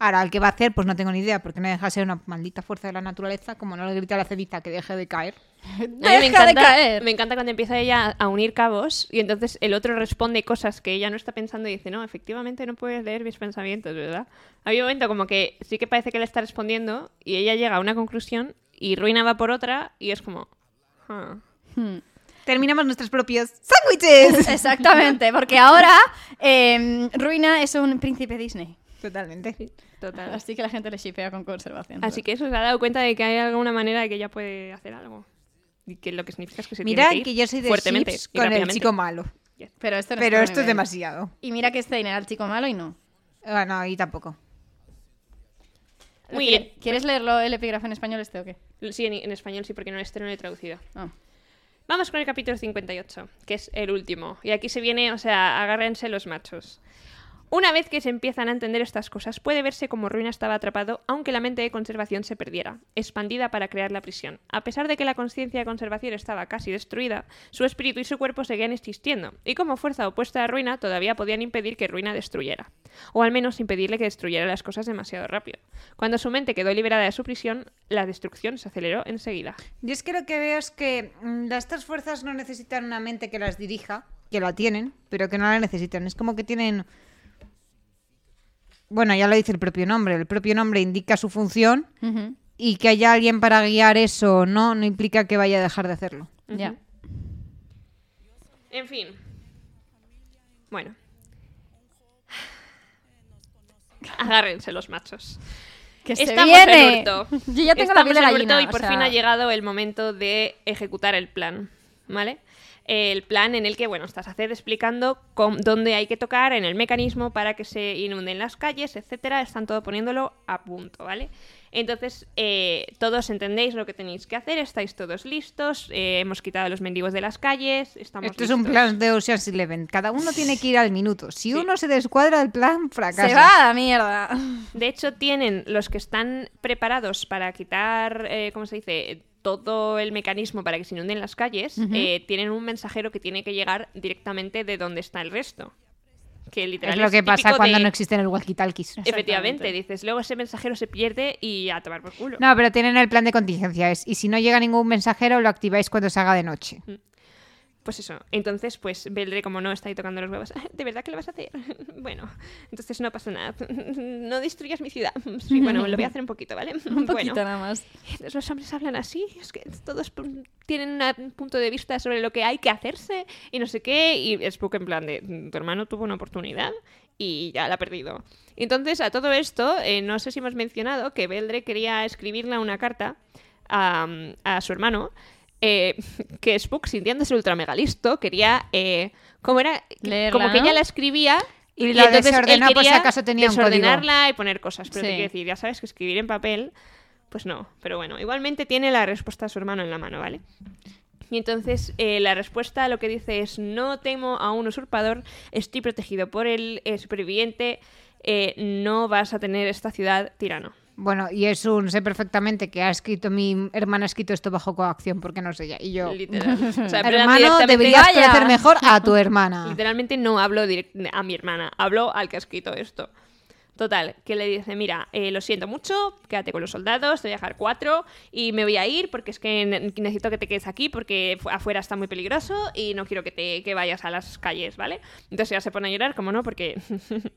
Speaker 2: Ahora, el que va a hacer, pues no tengo ni idea, porque no deja de ser una maldita fuerza de la naturaleza, como no le grita a la ceniza que deje de caer.
Speaker 1: A mí
Speaker 3: Deja de
Speaker 1: me encanta,
Speaker 3: caer.
Speaker 1: me encanta cuando empieza ella a unir cabos y entonces el otro responde cosas que ella no está pensando y dice, no, efectivamente no puedes leer mis pensamientos, ¿verdad? Hay un momento como que sí que parece que le está respondiendo y ella llega a una conclusión y Ruina va por otra y es como... "Ah".
Speaker 3: Hmm.
Speaker 2: Terminamos nuestros propios sándwiches.
Speaker 3: Exactamente, porque ahora em, Ruina es un príncipe Disney.
Speaker 2: Totalmente.
Speaker 1: Total.
Speaker 3: Así que la gente le shipea con conservación.
Speaker 1: Así que eso se ha dado cuenta de que hay alguna manera de que ella puede hacer algo. Y que lo que significa es que se
Speaker 2: Mira
Speaker 1: tiene que,
Speaker 2: que
Speaker 1: ir
Speaker 2: yo soy de
Speaker 1: fuertemente
Speaker 2: chips
Speaker 1: y
Speaker 2: con el
Speaker 1: rápidamente.
Speaker 2: chico malo,
Speaker 3: Pero esto, no
Speaker 2: pero
Speaker 3: otro
Speaker 2: esto es
Speaker 3: nivel.
Speaker 2: demasiado.
Speaker 3: Y mira que este era el chico malo y no.
Speaker 2: Bueno, ahí tampoco.
Speaker 1: Muy
Speaker 3: ¿Qui-
Speaker 1: bien.
Speaker 3: ¿Quieres leerlo el epígrafe en español este o qué?
Speaker 1: Sí, en, en español sí, porque no, este no lo he traducido.
Speaker 3: Ah.
Speaker 1: Vamos con el capítulo 58, que es el último. Y aquí se viene, o sea, agárrense los machos. Una vez que se empiezan a entender estas cosas, puede verse como Ruina estaba atrapado, aunque la mente de conservación se perdiera, expandida para crear la prisión. A pesar de que la conciencia de conservación estaba casi destruida, su espíritu y su cuerpo seguían existiendo, y como fuerza opuesta a Ruina todavía podían impedir que Ruina destruyera, o al menos impedirle que destruyera las cosas demasiado rápido. Cuando su mente quedó liberada de su prisión, la destrucción se aceleró enseguida.
Speaker 2: Yo es que lo que veo es que mm, las estas fuerzas no necesitan una mente que las dirija, que la tienen, pero que no la necesitan. Es como que tienen... Bueno, ya lo dice el propio nombre. El propio nombre indica su función
Speaker 3: Ujú,
Speaker 2: y que haya alguien para guiar eso no, no implica que vaya a dejar de hacerlo.
Speaker 3: Ya.
Speaker 1: En fin. Bueno. Agárrense los machos.
Speaker 3: Que se
Speaker 1: Estamos
Speaker 3: viene.
Speaker 1: en hurto.
Speaker 3: Yo ya tengo la
Speaker 1: Estamos
Speaker 3: piel de
Speaker 1: en
Speaker 3: gallina.
Speaker 1: hurto y
Speaker 3: o
Speaker 1: por
Speaker 3: sea,
Speaker 1: fin ha llegado el momento de ejecutar el plan, ¿vale? El plan en el que, bueno, estás hacer explicando cómo- dónde hay que tocar, en el mecanismo para que se inunden las calles, etcétera. Están todo poniéndolo a punto, ¿vale? Entonces, eh, todos entendéis lo que tenéis que hacer, estáis todos listos, eh, hemos quitado a los mendigos de las calles, estamos
Speaker 2: Esto Este es un
Speaker 1: listos.
Speaker 2: plan de Ocean's Eleven. Cada uno tiene que ir al minuto. Si uno se descuadra del plan, fracasa.
Speaker 3: Se va a la mierda.
Speaker 1: De hecho, tienen los que están preparados para quitar, eh, ¿cómo se dice? Todo el mecanismo para que se inunden las calles, eh, tienen un mensajero que tiene que llegar directamente de donde está el resto. Que
Speaker 2: Es
Speaker 1: literal
Speaker 2: lo que pasa
Speaker 1: típico
Speaker 2: cuando
Speaker 1: de-
Speaker 2: no existen el walkie-talkies.
Speaker 1: Efectivamente, dices, luego ese mensajero se pierde y a tomar por culo.
Speaker 2: No, pero tienen el plan de contingencia. Es, y si no llega ningún mensajero, lo activáis cuando se haga de noche.
Speaker 1: Pues eso, entonces pues Beldre como no está ahí tocando los huevos, "Ah, ¿de verdad que lo vas a hacer? bueno, entonces no pasa nada, no destruyas mi ciudad. Sí, bueno, lo voy a hacer un poquito, ¿vale?
Speaker 3: Un
Speaker 1: Bueno.
Speaker 3: poquito nada más.
Speaker 1: Entonces, los hombres hablan así, es que todos pu- tienen un punto de vista sobre lo que hay que hacerse y no sé qué, y Spook en plan de, "Mm, tu hermano tuvo una oportunidad y ya la ha perdido. Entonces, a todo esto, eh, no sé si hemos mencionado que Beldre quería escribirle una carta a, mm, a su hermano, eh, que Spook, sintiéndose ultramegalisto, quería, eh, ¿cómo era?
Speaker 3: Leerla,
Speaker 1: como que
Speaker 3: ¿no?
Speaker 1: ella la escribía...
Speaker 2: Y la
Speaker 1: entonces él
Speaker 2: desordenó, por si
Speaker 1: quería
Speaker 2: acaso tenía un código.
Speaker 1: desordenarla y poner cosas. Pero te
Speaker 3: Sí.
Speaker 1: quiero decir, ya sabes que escribir en papel pues no, pero bueno, igualmente tiene la respuesta a su hermano en la mano, ¿vale? Y entonces eh, la respuesta a lo que dice es, no temo a un usurpador, estoy protegido por el eh, superviviente, eh, no vas a tener esta ciudad tirano.
Speaker 2: Bueno, y es un sé perfectamente que ha escrito mi hermana ha escrito esto bajo coacción porque no sé ya. Y yo,
Speaker 1: Literal. O sea, en plan,
Speaker 2: hermano,
Speaker 1: directamente-
Speaker 2: deberías
Speaker 3: Vaya.
Speaker 2: conocer mejor a tu hermana.
Speaker 1: Literalmente no hablo direct- a mi hermana, hablo al que ha escrito esto. Total, que le dice, mira, eh, lo siento mucho, quédate con los soldados, te voy a dejar cuatro y me voy a ir porque es que ne- necesito que te quedes aquí porque fu- afuera está muy peligroso y no quiero que te que vayas a las calles, ¿vale? Entonces ya se pone a llorar, como no, porque...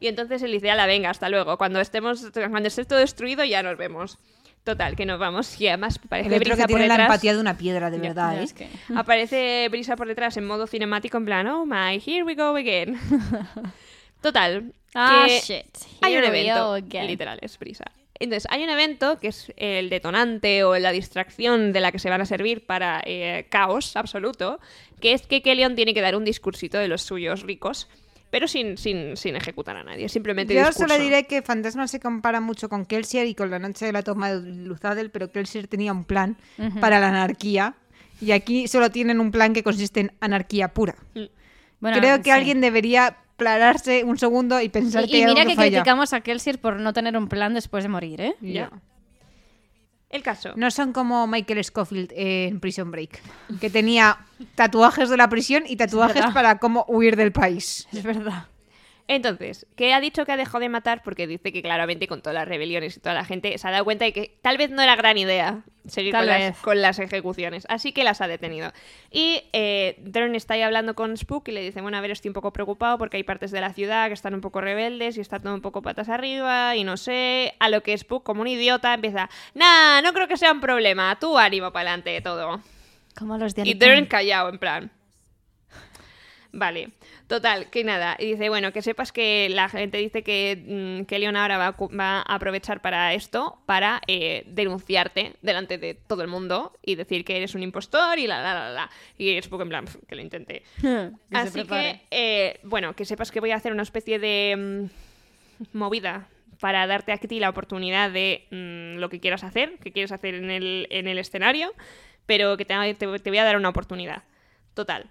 Speaker 1: y entonces él dice, la venga, hasta luego, cuando estemos cuando esté todo destruido ya nos vemos. Total, que nos vamos y además parece
Speaker 2: El otro
Speaker 1: brisa
Speaker 2: que
Speaker 1: por
Speaker 2: tiene la
Speaker 1: detrás.
Speaker 2: empatía de una piedra, de
Speaker 1: Ya,
Speaker 2: verdad,
Speaker 3: Ya,
Speaker 2: ¿eh?
Speaker 3: es que-
Speaker 1: Aparece Brisa por detrás en modo cinemático, en plan, oh my, here we go again. Total.
Speaker 3: Ah,
Speaker 1: que
Speaker 3: shit.
Speaker 1: Hay un
Speaker 3: Here we go
Speaker 1: evento.
Speaker 3: again.
Speaker 1: Literal, es Brisa. Entonces, hay un evento que es el detonante o la distracción de la que se van a servir para eh, caos absoluto, que es que Kellyon tiene que dar un discursito de los suyos ricos, pero sin, sin, sin ejecutar a nadie, simplemente
Speaker 2: Yo
Speaker 1: discurso.
Speaker 2: solo diré que Fantasma se compara mucho con Kelsier y con la noche de la toma de Luzadel, pero Kelsier tenía un plan para la anarquía y aquí solo tienen un plan que consiste en anarquía pura.
Speaker 3: Bueno,
Speaker 2: Creo que
Speaker 3: sí.
Speaker 2: alguien debería pararse un segundo y
Speaker 3: Y-
Speaker 2: pensar que
Speaker 3: Y,
Speaker 2: hay algo
Speaker 3: mira que,
Speaker 2: falla.
Speaker 3: criticamos a Kelsier por no tener un plan después de morir, ¿eh?
Speaker 1: Ya. El caso.
Speaker 2: No son como Michael Scofield en Prison Break, que tenía tatuajes de la prisión y tatuajes
Speaker 3: verdad.
Speaker 2: para cómo huir del país.
Speaker 3: Es verdad.
Speaker 1: Entonces, que ha dicho que ha dejado de matar porque dice que claramente con todas las rebeliones y toda la gente se ha dado cuenta de que tal vez no era gran idea seguir
Speaker 3: Tal
Speaker 1: con las,
Speaker 3: vez.
Speaker 1: con las ejecuciones, así que las ha detenido. Y eh, Dern está ahí hablando con Spook y le dice, bueno, a ver, estoy un poco preocupado porque hay partes de la ciudad que están un poco rebeldes y está todo un poco patas arriba y no sé, a lo que Spook como un idiota empieza, nah, no creo que sea un problema, tú ánimo para adelante todo.
Speaker 3: Como los de
Speaker 1: Y
Speaker 3: Alicante.
Speaker 1: Dern callado, en plan. Vale, total, que nada. Y dice, bueno, que sepas que la gente dice que, mm, que Leon ahora va, a cu- va a aprovechar para esto, para eh, denunciarte delante de todo el mundo y decir que eres un impostor y la, la, la, la. Y es poco en plan, "Pf, que lo intenté.
Speaker 3: se
Speaker 1: Así que,
Speaker 3: prepare.
Speaker 1: eh, bueno, que sepas que voy a hacer una especie de mm, movida para darte a ti la oportunidad de mm, lo que quieras hacer, que quieres hacer en el, en el escenario, pero que te, te- te voy a dar una oportunidad. Total.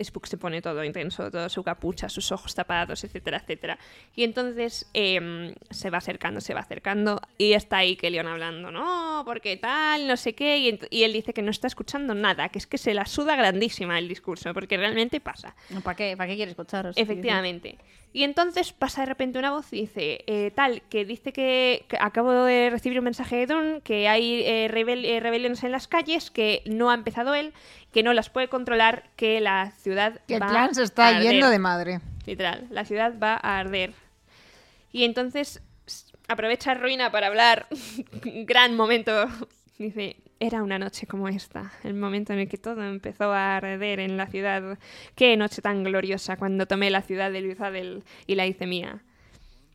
Speaker 1: Spook se pone todo intenso, toda su capucha, sus ojos tapados, etcétera, etcétera. Y entonces eh, se va acercando, se va acercando y está ahí Kelion hablando, no, porque tal, no sé qué. Y, ent- y él dice que no está escuchando nada, que es que se la suda grandísima el discurso, porque realmente pasa.
Speaker 3: ¿Para qué, ¿Para qué quiere escucharos?
Speaker 1: Efectivamente. Y entonces pasa de repente una voz y dice, eh, tal, que dice que, que acabo de recibir un mensaje de Don, que hay eh, rebel- eh, rebeliones en las calles, que no ha empezado él, que no las puede controlar, que la ciudad...
Speaker 2: Que el
Speaker 1: va
Speaker 2: plan se
Speaker 1: a
Speaker 2: está
Speaker 1: arder".
Speaker 2: yendo de madre.
Speaker 1: Literal, la ciudad va a arder. Y entonces s- aprovecha Ruina para hablar. Gran momento. Dice, era una noche como esta, el momento en el que todo empezó a arder en la ciudad. Qué noche tan gloriosa cuando tomé la ciudad de Luzadel y la hice mía.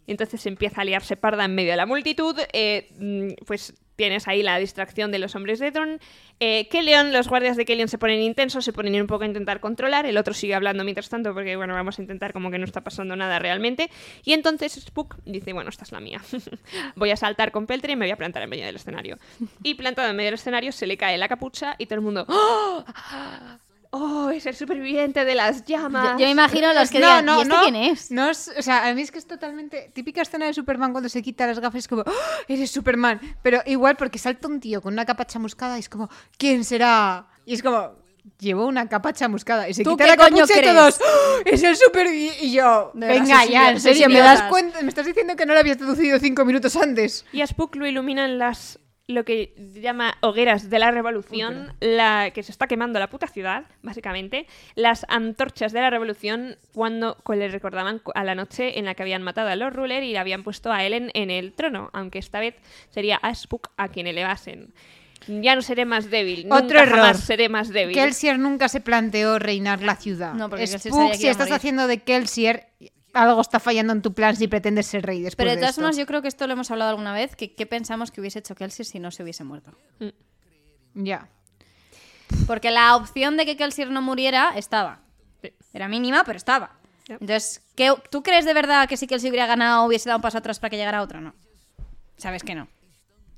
Speaker 1: Y entonces empieza a liarse parda en medio de la multitud. eh, mm, pues tienes ahí la distracción de los hombres de Tron. Eh, Kelion, los guardias de Kelion se ponen intensos, se ponen un poco a intentar controlar. El otro sigue hablando mientras tanto, porque bueno, vamos a intentar como que no está pasando nada realmente. Y entonces Spook dice: Bueno, esta es la mía. voy a saltar con Peltre y me voy a plantar en medio del escenario. Y plantado en medio del escenario, se le cae la capucha y todo el mundo. ¡Oh! ¡Oh! Es el superviviente de las llamas.
Speaker 3: Yo, yo imagino los que digan, ¿y este quién es?
Speaker 2: No es- o sea, a mí es que es totalmente típica escena de Superman cuando se quita las gafas, es como, "¡Ah! eres Superman. Pero igual porque salta un tío con una capa chamuscada y es como, ¿quién será? Y es como, llevo una capa chamuscada. Y se
Speaker 3: ¿Tú
Speaker 2: quita
Speaker 3: qué
Speaker 2: la
Speaker 3: coño
Speaker 2: capucha y
Speaker 3: crees?
Speaker 2: todos, "¡Ah! es el Superman. Y yo,
Speaker 3: De verdad,
Speaker 2: venga
Speaker 3: sois
Speaker 2: ya, en
Speaker 3: idiotas, sois
Speaker 2: serio, me das
Speaker 3: idiotas".
Speaker 2: cuenta, me estás diciendo que no lo habías traducido cinco minutos antes.
Speaker 1: Y a Spook lo iluminan las lo que llama hogueras de la revolución, la que se está quemando la puta ciudad, básicamente, las antorchas de la revolución cuando cu- le recordaban cu- a la noche en la que habían matado a Lord Ruler y le habían puesto a Ellen en el trono, aunque esta vez sería a Spook a quien elevasen. Ya no seré más débil,
Speaker 2: Otro
Speaker 1: nunca
Speaker 2: error.
Speaker 1: jamás seré más débil.
Speaker 2: Kelsier nunca se planteó reinar la ciudad.
Speaker 3: No, porque Kelsier sabía
Speaker 2: Spook,
Speaker 3: que
Speaker 2: si
Speaker 3: iba a
Speaker 2: estás
Speaker 3: morir.
Speaker 2: haciendo de Kelsier, algo está fallando en tu plan si pretendes ser rey después
Speaker 3: Pero de
Speaker 2: de
Speaker 3: todas
Speaker 2: esto.
Speaker 3: formas, yo creo que esto lo hemos hablado alguna vez, que qué pensamos que hubiese hecho Kelsey si no se hubiese muerto.
Speaker 1: Mm.
Speaker 2: Ya.
Speaker 3: Porque la opción de que Kelsey no muriera estaba.
Speaker 1: Sí.
Speaker 3: Era mínima, pero estaba.
Speaker 1: Yep.
Speaker 3: Entonces, ¿qué, ¿tú crees de verdad que si Kelsey hubiera ganado hubiese dado un paso atrás para que llegara otro? No. Sabes que no.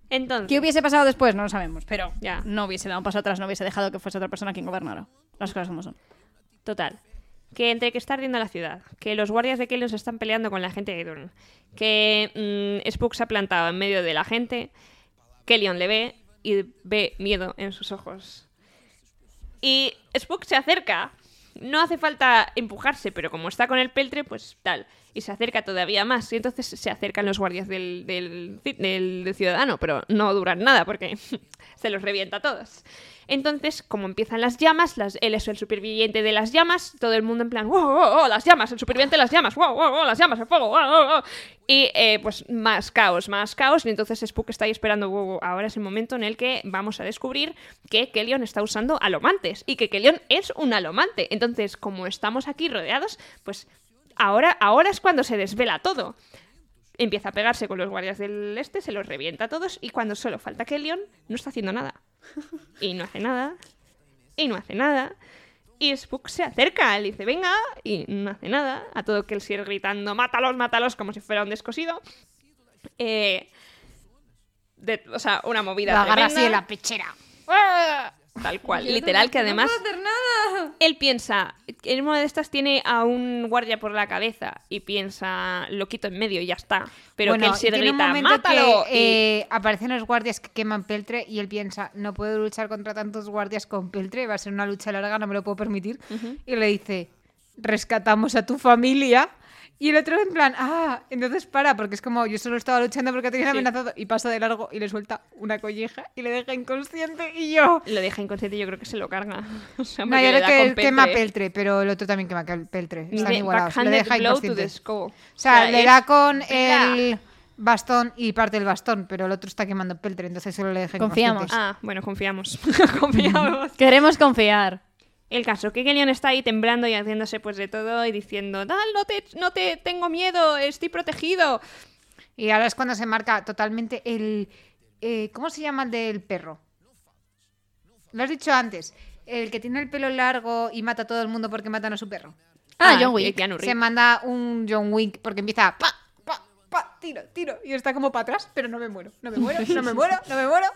Speaker 1: Entonces,
Speaker 3: ¿Qué hubiese pasado después? No lo sabemos, pero
Speaker 1: Ya.
Speaker 3: no hubiese dado un paso atrás, no hubiese dejado que fuese otra persona quien gobernara. Las cosas como son.
Speaker 1: Total. Que entre que está ardiendo la ciudad, que los guardias de Kelion se están peleando con la gente de Idun, que mm, Spook se ha plantado en medio de la gente, Kelion le ve y ve miedo en sus ojos. Y Spook se acerca. No hace falta empujarse, pero como está con el peltre, pues tal. Y se acerca todavía más. Y entonces se acercan los guardias del, del ci- del- del ciudadano, pero no duran nada porque se los revienta a todos. Entonces, como empiezan las llamas, las- él es el superviviente de las llamas, todo el mundo en plan, wow, wow, wow, las llamas, el superviviente de las llamas, wow, wow, wow, las llamas, el fuego, wow, wow, wow". Y eh, pues más caos, más caos. Y entonces Spook está ahí esperando, wow, wow, ahora es el momento en el que vamos a descubrir que Kelion está usando alomantes y que Kelion es un alomante. Entonces, como estamos aquí rodeados, pues ahora, ahora es cuando se desvela todo. Empieza a pegarse con los guardias del este, se los revienta a todos y cuando solo falta Kelion, no está haciendo nada. Y no hace nada. Y no hace nada. Y Spook se acerca, le dice, venga, y no hace nada. A todo que él sigue gritando, mátalos, mátalos, como si fuera un descosido. Eh, de- o sea, una movida.
Speaker 2: Lo agarra así
Speaker 1: tremenda.
Speaker 2: de la pechera.
Speaker 1: ¡Ah! Tal cual, literal, que además él piensa, en una de estas tiene a un guardia por la cabeza y piensa, lo quito en medio y ya está. Pero
Speaker 2: Bueno,
Speaker 1: que él se
Speaker 2: tiene un
Speaker 1: grita,
Speaker 2: momento que,
Speaker 1: mátalo. y-
Speaker 2: eh, aparecen los guardias que queman peltre y él piensa, no puedo luchar contra tantos guardias con peltre, va a ser una lucha larga, no me lo puedo permitir. Y le dice, rescatamos a tu familia. Y el otro en plan, ah, entonces para, porque es como, yo solo estaba luchando porque te habían
Speaker 1: Sí.
Speaker 2: amenazado. Y pasa de largo y le suelta una colleja y le deja inconsciente y yo...
Speaker 1: Lo deja inconsciente, yo creo que se lo carga. O sea,
Speaker 2: No,
Speaker 1: porque
Speaker 2: yo
Speaker 1: le
Speaker 2: creo
Speaker 1: da
Speaker 2: que
Speaker 1: con
Speaker 2: él quema
Speaker 1: Petre.
Speaker 2: peltre, pero el otro también quema cal- peltre. Están
Speaker 1: Dice,
Speaker 2: igualados. Le
Speaker 1: "Backhanded
Speaker 2: deja
Speaker 1: blow to
Speaker 2: inconsciente.
Speaker 1: the skull".
Speaker 2: O sea, le
Speaker 1: es-
Speaker 2: da con
Speaker 1: Venga.
Speaker 2: el bastón y parte el bastón, pero el otro está quemando peltre, entonces solo le deja
Speaker 3: Confiamos.
Speaker 2: inconsciente.
Speaker 1: Ah, bueno, confiamos. confiamos.
Speaker 3: Queremos confiar.
Speaker 1: El caso, que Gelion está ahí temblando y haciéndose pues de todo y diciendo, Dal, no te, no te tengo miedo, estoy protegido. Ah.
Speaker 2: Y ahora es cuando se marca totalmente el... eh, ¿Cómo se llama el del perro? Lo has dicho antes. El que tiene el pelo largo y mata a todo el mundo porque matan a su perro.
Speaker 3: Ah, John Wick.
Speaker 1: y Keanu
Speaker 2: Se
Speaker 1: Reeves.
Speaker 2: manda un John Wick porque empieza a pa, pa, pa, tiro, tiro. Y está como para atrás, pero no me muero, no me muero, no me muero, no me muero.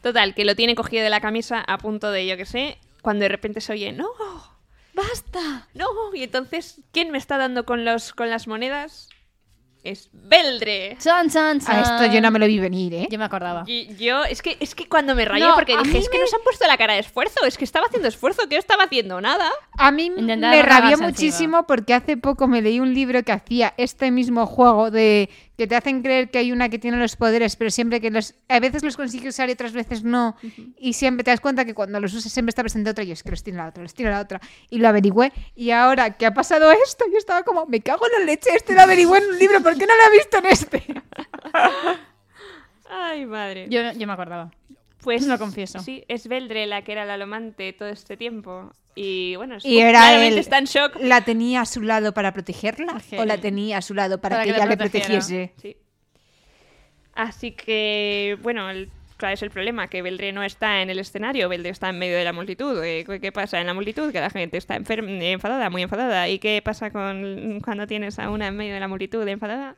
Speaker 1: Total, que lo tiene cogido de la camisa a punto de, yo que sé, cuando de repente se oye, no.
Speaker 3: ¡Basta!
Speaker 1: No, y entonces, ¿quién me está dando con, los, con las monedas? Es Beldre.
Speaker 3: ¡Chan, chan, chan!
Speaker 2: A esto yo no me lo vi venir, ¿eh?
Speaker 3: Ah. Yo me acordaba.
Speaker 1: Y yo, es que, es que cuando me rayé,
Speaker 3: No,
Speaker 1: porque
Speaker 3: a
Speaker 1: dije,
Speaker 3: mí
Speaker 1: es que
Speaker 3: me-
Speaker 1: nos han puesto la cara de esfuerzo, es que estaba haciendo esfuerzo, que yo estaba haciendo nada.
Speaker 2: A mí
Speaker 3: Intentaba
Speaker 2: me
Speaker 3: no cagarse
Speaker 2: rabió
Speaker 3: encima.
Speaker 2: muchísimo porque hace poco me leí un libro que hacía este mismo juego de que te hacen creer que hay una que tiene los poderes, pero siempre que los a veces los consigue usar y otras veces no, y siempre te das cuenta que cuando los usas siempre está presente otra y yo es que los tiene la otra, los tiene la otra y lo averigüé y ahora que ha pasado esto yo estaba como me cago en la leche, este lo averigüé en un libro, ¿por qué no lo he visto en este?
Speaker 1: Ay, madre.
Speaker 3: Yo, yo me acordaba.
Speaker 1: pues
Speaker 3: lo confieso.
Speaker 1: Sí, es Beldre la que era la alomante todo este tiempo. Y bueno, es-
Speaker 2: Y era
Speaker 1: claramente
Speaker 2: él.
Speaker 1: está en shock.
Speaker 2: ¿La tenía a su lado para protegerla
Speaker 3: Ajá.
Speaker 2: o la tenía a su lado para,
Speaker 3: Para
Speaker 2: que,
Speaker 3: que la
Speaker 2: ella le
Speaker 3: protegiera.
Speaker 2: protegiese?
Speaker 1: Sí. Así que, bueno, el- claro, es el problema, que Beldre no está en el escenario, Beldre está en medio de la multitud. Eh, ¿Qué, qué pasa en la multitud? Que la gente está enferma, enfadada, muy enfadada. ¿Y qué pasa con cuando tienes a una en medio de la multitud enfadada?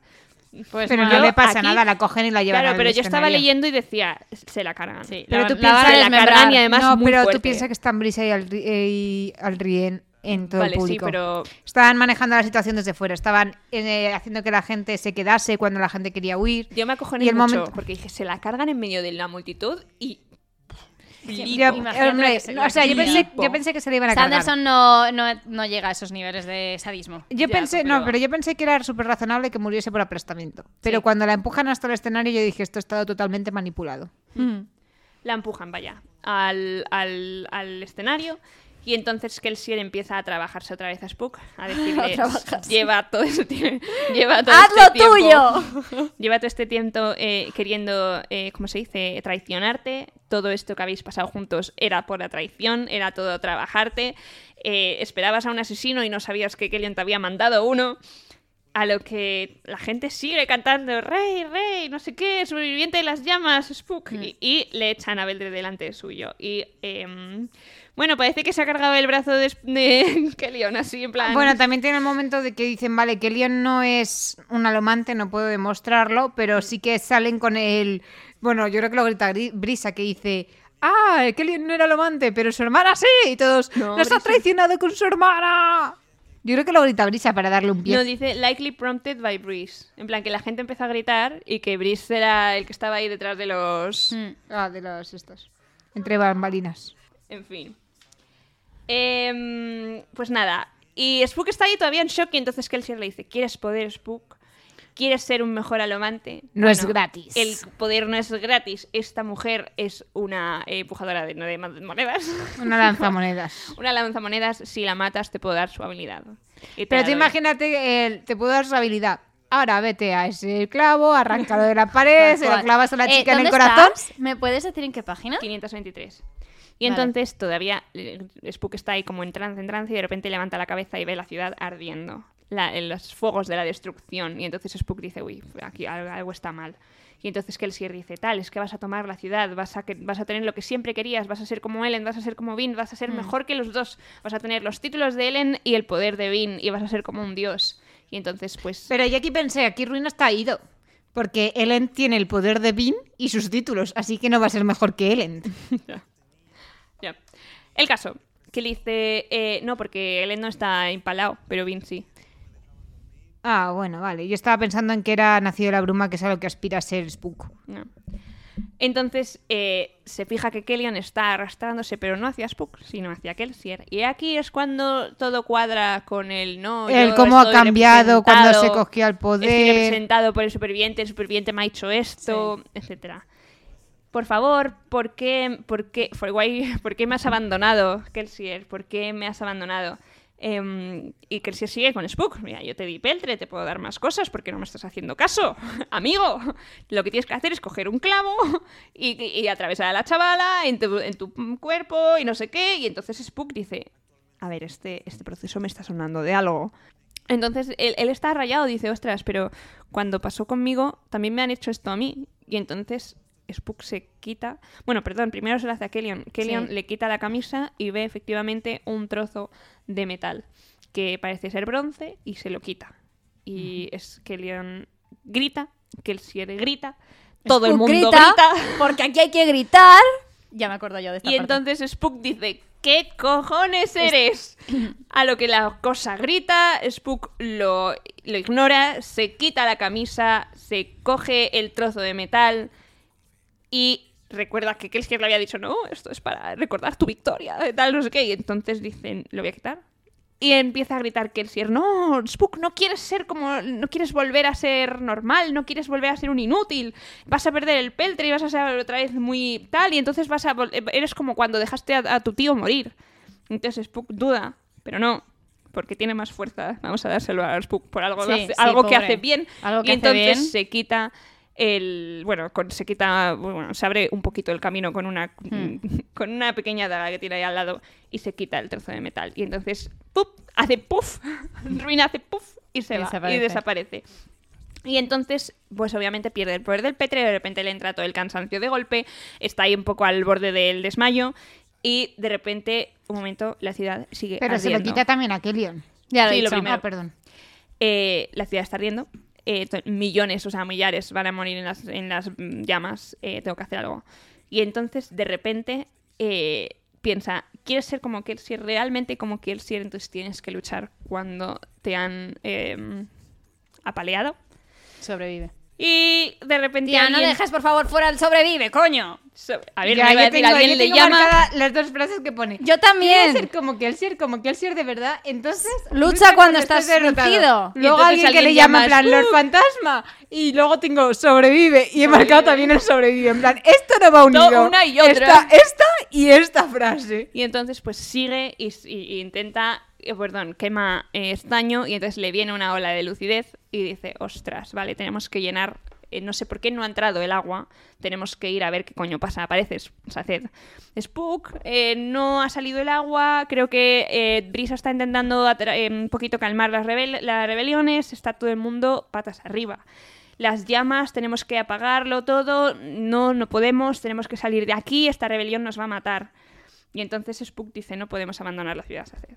Speaker 3: Pues
Speaker 2: Pero
Speaker 1: yo
Speaker 2: no le pasa
Speaker 1: aquí-
Speaker 2: nada, la cogen y la llevan
Speaker 1: claro,
Speaker 2: al
Speaker 1: pero yo estaba
Speaker 2: escenario.
Speaker 1: leyendo y decía, se la cargan.
Speaker 3: Sí,
Speaker 1: pero
Speaker 3: la-
Speaker 1: tú
Speaker 3: la
Speaker 1: piensas
Speaker 3: van a
Speaker 1: que la
Speaker 3: desmembrar.
Speaker 1: cargan y además
Speaker 2: no,
Speaker 1: muy
Speaker 2: pero
Speaker 1: fuerte.
Speaker 2: tú piensas que están Brisa y, Alri- eh, y Alrien en todo
Speaker 1: Vale,
Speaker 2: el
Speaker 1: sí,
Speaker 2: público.
Speaker 1: pero
Speaker 2: Estaban manejando la situación desde fuera, estaban eh, haciendo que la gente se quedase cuando la gente quería huir.
Speaker 1: yo me acojoné
Speaker 2: Y el
Speaker 1: mucho
Speaker 2: momento-
Speaker 1: porque dije, se la cargan en medio de la multitud y...
Speaker 2: Yo,
Speaker 1: flipo.
Speaker 3: imagínate
Speaker 2: hombre,
Speaker 3: lo que se-
Speaker 2: no, o sea, yo
Speaker 1: flipo.
Speaker 2: pensé, yo pensé que se le iban a cargar.
Speaker 3: Sanderson no, no, no llega a esos niveles de sadismo.
Speaker 1: Ya,
Speaker 2: Yo pensé,
Speaker 1: pero-
Speaker 2: no, pero yo pensé que era súper razonable que muriese por aplastamiento. Pero
Speaker 1: Sí.
Speaker 2: cuando la empujan hasta el escenario, yo dije, esto ha estado totalmente manipulado.
Speaker 3: Mm.
Speaker 1: la empujan, vaya, al, al, al escenario. Y entonces Kelsier empieza a trabajarse otra vez a Spook, a decirle,
Speaker 3: trabajarse.
Speaker 1: lleva todo este tiempo, lleva todo
Speaker 3: ¡Haz
Speaker 1: este
Speaker 3: lo
Speaker 1: tiempo-
Speaker 3: tuyo!
Speaker 1: lleva todo este tiempo eh, queriendo, eh, ¿cómo se dice?, traicionarte, todo esto que habéis pasado juntos era por la traición, era todo trabajarte, Eh, esperabas a un asesino y no sabías que Kellyan te había mandado uno, a lo que la gente sigue cantando, rey, rey, no sé qué, sobreviviente de las llamas, spook, y, y le echan a Beldre delante de suyo. Y em, bueno, parece que se ha cargado el brazo de, Sp- de Kellyan, así en plan...
Speaker 2: Bueno, también tiene el momento de que dicen, vale, que Leon no es un alomante, no puedo demostrarlo, pero sí que salen con el... Bueno, yo creo que lo grita Gri- Brisa, que dice, ah, que Leon no era alomante, pero su hermana sí, y todos,
Speaker 1: No,
Speaker 2: nos ha
Speaker 1: Brisa.
Speaker 2: traicionado con su hermana. Yo creo que lo grita Brisa para darle un pie.
Speaker 1: No, dice likely prompted by Breeze. En plan, que la gente empezó a gritar y que Breeze era el que estaba ahí detrás de los...
Speaker 3: Mm.
Speaker 2: Ah, de los estos. Entre bambalinas.
Speaker 1: En fin. Em, pues nada. Y Spook está ahí todavía en shock y entonces Kelsier le dice, ¿quieres poder, Spook? ¿Quieres ser un mejor alomante?
Speaker 2: No es gratis.
Speaker 1: El poder no es gratis. Esta mujer es una eh, empujadora de, de monedas.
Speaker 2: Una lanzamonedas.
Speaker 1: una lanzamonedas. Si la matas, te puedo dar su habilidad. Y te
Speaker 2: Pero
Speaker 1: la
Speaker 2: tú
Speaker 1: doy.
Speaker 2: imagínate, el- te puedo dar su habilidad. Ahora vete a ese clavo, arráncalo de la pared, se lo clavas a la
Speaker 3: Eh,
Speaker 2: chica en el
Speaker 3: ¿dónde
Speaker 2: corazón.
Speaker 3: estás? ¿Me puedes decir en qué página?
Speaker 1: 523. Y
Speaker 3: ¿Ah? Vale.
Speaker 1: entonces todavía eh, Spook está ahí como en trance, en trance, y de repente levanta la cabeza y ve la ciudad ardiendo. La- en los fuegos de la destrucción. Y entonces Spook dice, uy, aquí al- algo, está mal. Y entonces Kelsier dice, tal, es que vas a tomar la ciudad, vas a, que- vas a tener lo que siempre querías, vas a ser como Ellen, vas a ser como Vin, vas a ser mejor que los dos, vas a tener los títulos de Ellen y el poder de Vin, y vas a ser como un dios. Y entonces, pues...
Speaker 2: Pero yo aquí pensé, aquí Ruin está ido. Porque Ellen tiene el poder de Vin y sus títulos, así que no va a ser mejor que Ellen.
Speaker 1: Ya. El caso, que le dice, eh, no, porque Ellen no está empalado, pero Vin sí.
Speaker 2: Ah, bueno, vale. Yo estaba pensando en que era nacido de la bruma, que es a lo que aspira a ser Spook.
Speaker 1: No. Entonces eh, se fija que Kellyan está arrastrándose, pero no hacia Spook, sino hacia Kelsier. Y aquí es cuando todo cuadra con el no. yo
Speaker 2: el cómo ha
Speaker 1: estoy
Speaker 2: cambiado cuando se
Speaker 1: representado,
Speaker 2: cogió al
Speaker 1: Estoy
Speaker 2: poder.
Speaker 1: representado por el superviviente, el superviviente me ha hecho esto, etcétera. Por favor, ¿por qué, por, qué, for why- ¿por qué me has abandonado, Kelsier? ¿Por qué me has abandonado? Em, y Kelsier sigue con Spook. Mira, yo te di peltre, te puedo dar más cosas porque no me estás haciendo caso. Amigo, lo que tienes que hacer es coger un clavo y, y atravesar a la chavala en tu, en tu cuerpo y no sé qué. Y entonces Spook dice, a ver, este, este proceso me está sonando de algo. Entonces él, él está rayado, dice, ostras, pero cuando pasó conmigo también me han hecho esto a mí. Y entonces Spook se quita. Bueno, perdón, primero se lo hace a Kellyan. Kellyan
Speaker 3: Sí.
Speaker 1: le quita la camisa y ve efectivamente un trozo de metal que parece ser bronce y se lo quita. Y es Kellyan grita, Kelsier grita, todo el
Speaker 3: Spook
Speaker 1: mundo grita.
Speaker 3: Porque aquí hay que gritar. Ya me acuerdo yo de esta
Speaker 1: Y
Speaker 3: parte.
Speaker 1: entonces Spook dice, ¿Qué cojones eres? A lo que la cosa grita, Spook lo, lo ignora, se quita la camisa, se coge el trozo de metal y recuerda que Kelsier le había dicho, no, esto es para recordar tu victoria, tal, no sé qué. Y entonces dicen, lo voy a quitar. Y empieza a gritar Kelsier, no, Spook, no quieres ser como, no quieres volver a ser normal, no quieres volver a ser un inútil, vas a perder el peltre y vas a ser otra vez muy tal, y entonces vas a, vol- eh, eres como cuando dejaste a, a tu tío morir. Entonces Spook duda, pero no, porque tiene más fuerza, vamos a dárselo a Spook por algo,
Speaker 3: Sí,
Speaker 1: que hace-
Speaker 3: sí,
Speaker 1: algo que
Speaker 3: pobre.
Speaker 1: hace bien,
Speaker 3: Algo que
Speaker 1: y
Speaker 3: hace
Speaker 1: entonces
Speaker 3: bien.
Speaker 1: se quita el bueno con- se quita bueno se abre un poquito el camino con una
Speaker 2: Hmm.
Speaker 1: con una pequeña daga que tiene ahí al lado y se quita el trozo de metal y entonces ¡pup! hace puff ruina hace puff y se
Speaker 3: Y
Speaker 1: va
Speaker 3: desaparece.
Speaker 1: y desaparece y entonces, pues obviamente pierde el poder del petre, de repente le entra todo el cansancio de golpe, está ahí un poco al borde del desmayo y de repente, un momento, la ciudad sigue
Speaker 2: Pero se lo
Speaker 1: ardiendo.
Speaker 2: quita también a Killian.
Speaker 3: Ya lo he
Speaker 1: Sí, lo
Speaker 3: dicho.
Speaker 1: primero.
Speaker 2: Ah, perdón.
Speaker 1: Eh, la ciudad está ardiendo. Eh, to- millones, o sea, millares van a morir en las, en las mm, llamas. Eh, tengo que hacer algo. Y entonces, de repente, eh, piensa, ¿quieres ser como Kelsier? ¿Realmente como Kelsier? Entonces tienes que luchar cuando te han eh, apaleado.
Speaker 3: Sobrevive.
Speaker 1: Y de repente
Speaker 3: Tía, no
Speaker 1: alguien...
Speaker 3: dejes por favor fuera el sobrevive, coño.
Speaker 1: so- A ver,
Speaker 2: Ya,
Speaker 1: me iba
Speaker 2: yo
Speaker 1: a decir,
Speaker 2: tengo- yo
Speaker 1: alguien le
Speaker 2: tengo
Speaker 1: llama...
Speaker 2: marcada las dos frases que pone.
Speaker 3: Yo
Speaker 2: Quiero
Speaker 3: también.
Speaker 2: ser como Kelsier, como Kelsier de verdad. Entonces,
Speaker 3: Lucha cuando estás
Speaker 2: derrotado.
Speaker 3: vencido.
Speaker 1: Y
Speaker 2: Luego
Speaker 1: entonces
Speaker 2: alguien que
Speaker 1: alguien
Speaker 2: le llama en
Speaker 1: llamas,
Speaker 2: plan Lord
Speaker 1: "Uh".
Speaker 2: Fantasma. Y luego tengo sobrevive. Y he marcado también el sobrevive. En plan, esto no va
Speaker 1: No,
Speaker 2: unido.
Speaker 1: una y otra.
Speaker 2: Esta, esta y esta frase.
Speaker 1: Y entonces pues sigue y, s- y- y intenta, eh, perdón, quema eh, estaño y entonces le viene una ola de lucidez y dice, ostras, vale, tenemos que llenar, eh, no sé por qué no ha entrado el agua, tenemos que ir a ver qué coño pasa, aparece S- Saced. Spook, eh, no ha salido el agua, creo que eh, Brisa está intentando atra- eh, un poquito calmar las, rebel- las rebeliones, está todo el mundo patas arriba las llamas, tenemos que apagarlo todo, no, no podemos, tenemos que salir de aquí, esta rebelión nos va a matar. Y entonces Spook dice, no podemos abandonar la ciudad, Saced.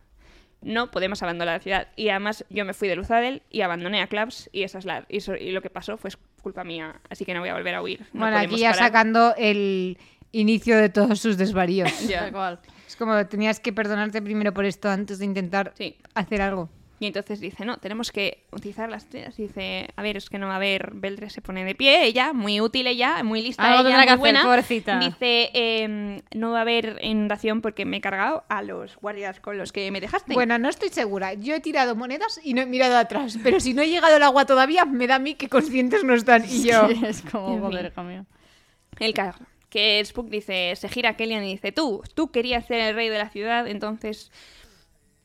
Speaker 1: No podemos abandonar la ciudad. Y además yo me fui de Luzadel y abandoné a Claps y, esa es la, y, so- y lo que pasó fue culpa mía, así que no voy a volver a huir. No
Speaker 2: bueno, aquí
Speaker 1: podemos
Speaker 2: ya
Speaker 1: parar.
Speaker 2: sacando el inicio de todos sus desvaríos.
Speaker 1: Ya.
Speaker 3: Tal cual.
Speaker 2: es como tenías que perdonarte primero por esto antes de intentar
Speaker 1: Sí.
Speaker 2: hacer algo.
Speaker 1: Y entonces dice, no, tenemos que utilizar las tiendas. Y dice, a ver, es que no va a haber. Beldre se pone de pie, ella, muy útil ella, muy lista.
Speaker 3: Algo
Speaker 1: ella,
Speaker 3: tendrá que
Speaker 1: muy
Speaker 3: hacer,
Speaker 1: buena.
Speaker 3: pobrecita.
Speaker 1: Dice, em, no va a haber inundación porque me he cargado a los guardias con los que me dejaste.
Speaker 2: Bueno, no estoy segura. Yo he tirado monedas y no he mirado atrás. Pero si no he llegado el agua todavía, me da a mí que conscientes no están. Y yo.
Speaker 3: Sí, es como
Speaker 1: En fin.
Speaker 3: joder, hijo mío.
Speaker 1: El caso. Que Spook dice, se gira a Kellyan y dice, tú, tú querías ser el rey de la ciudad, entonces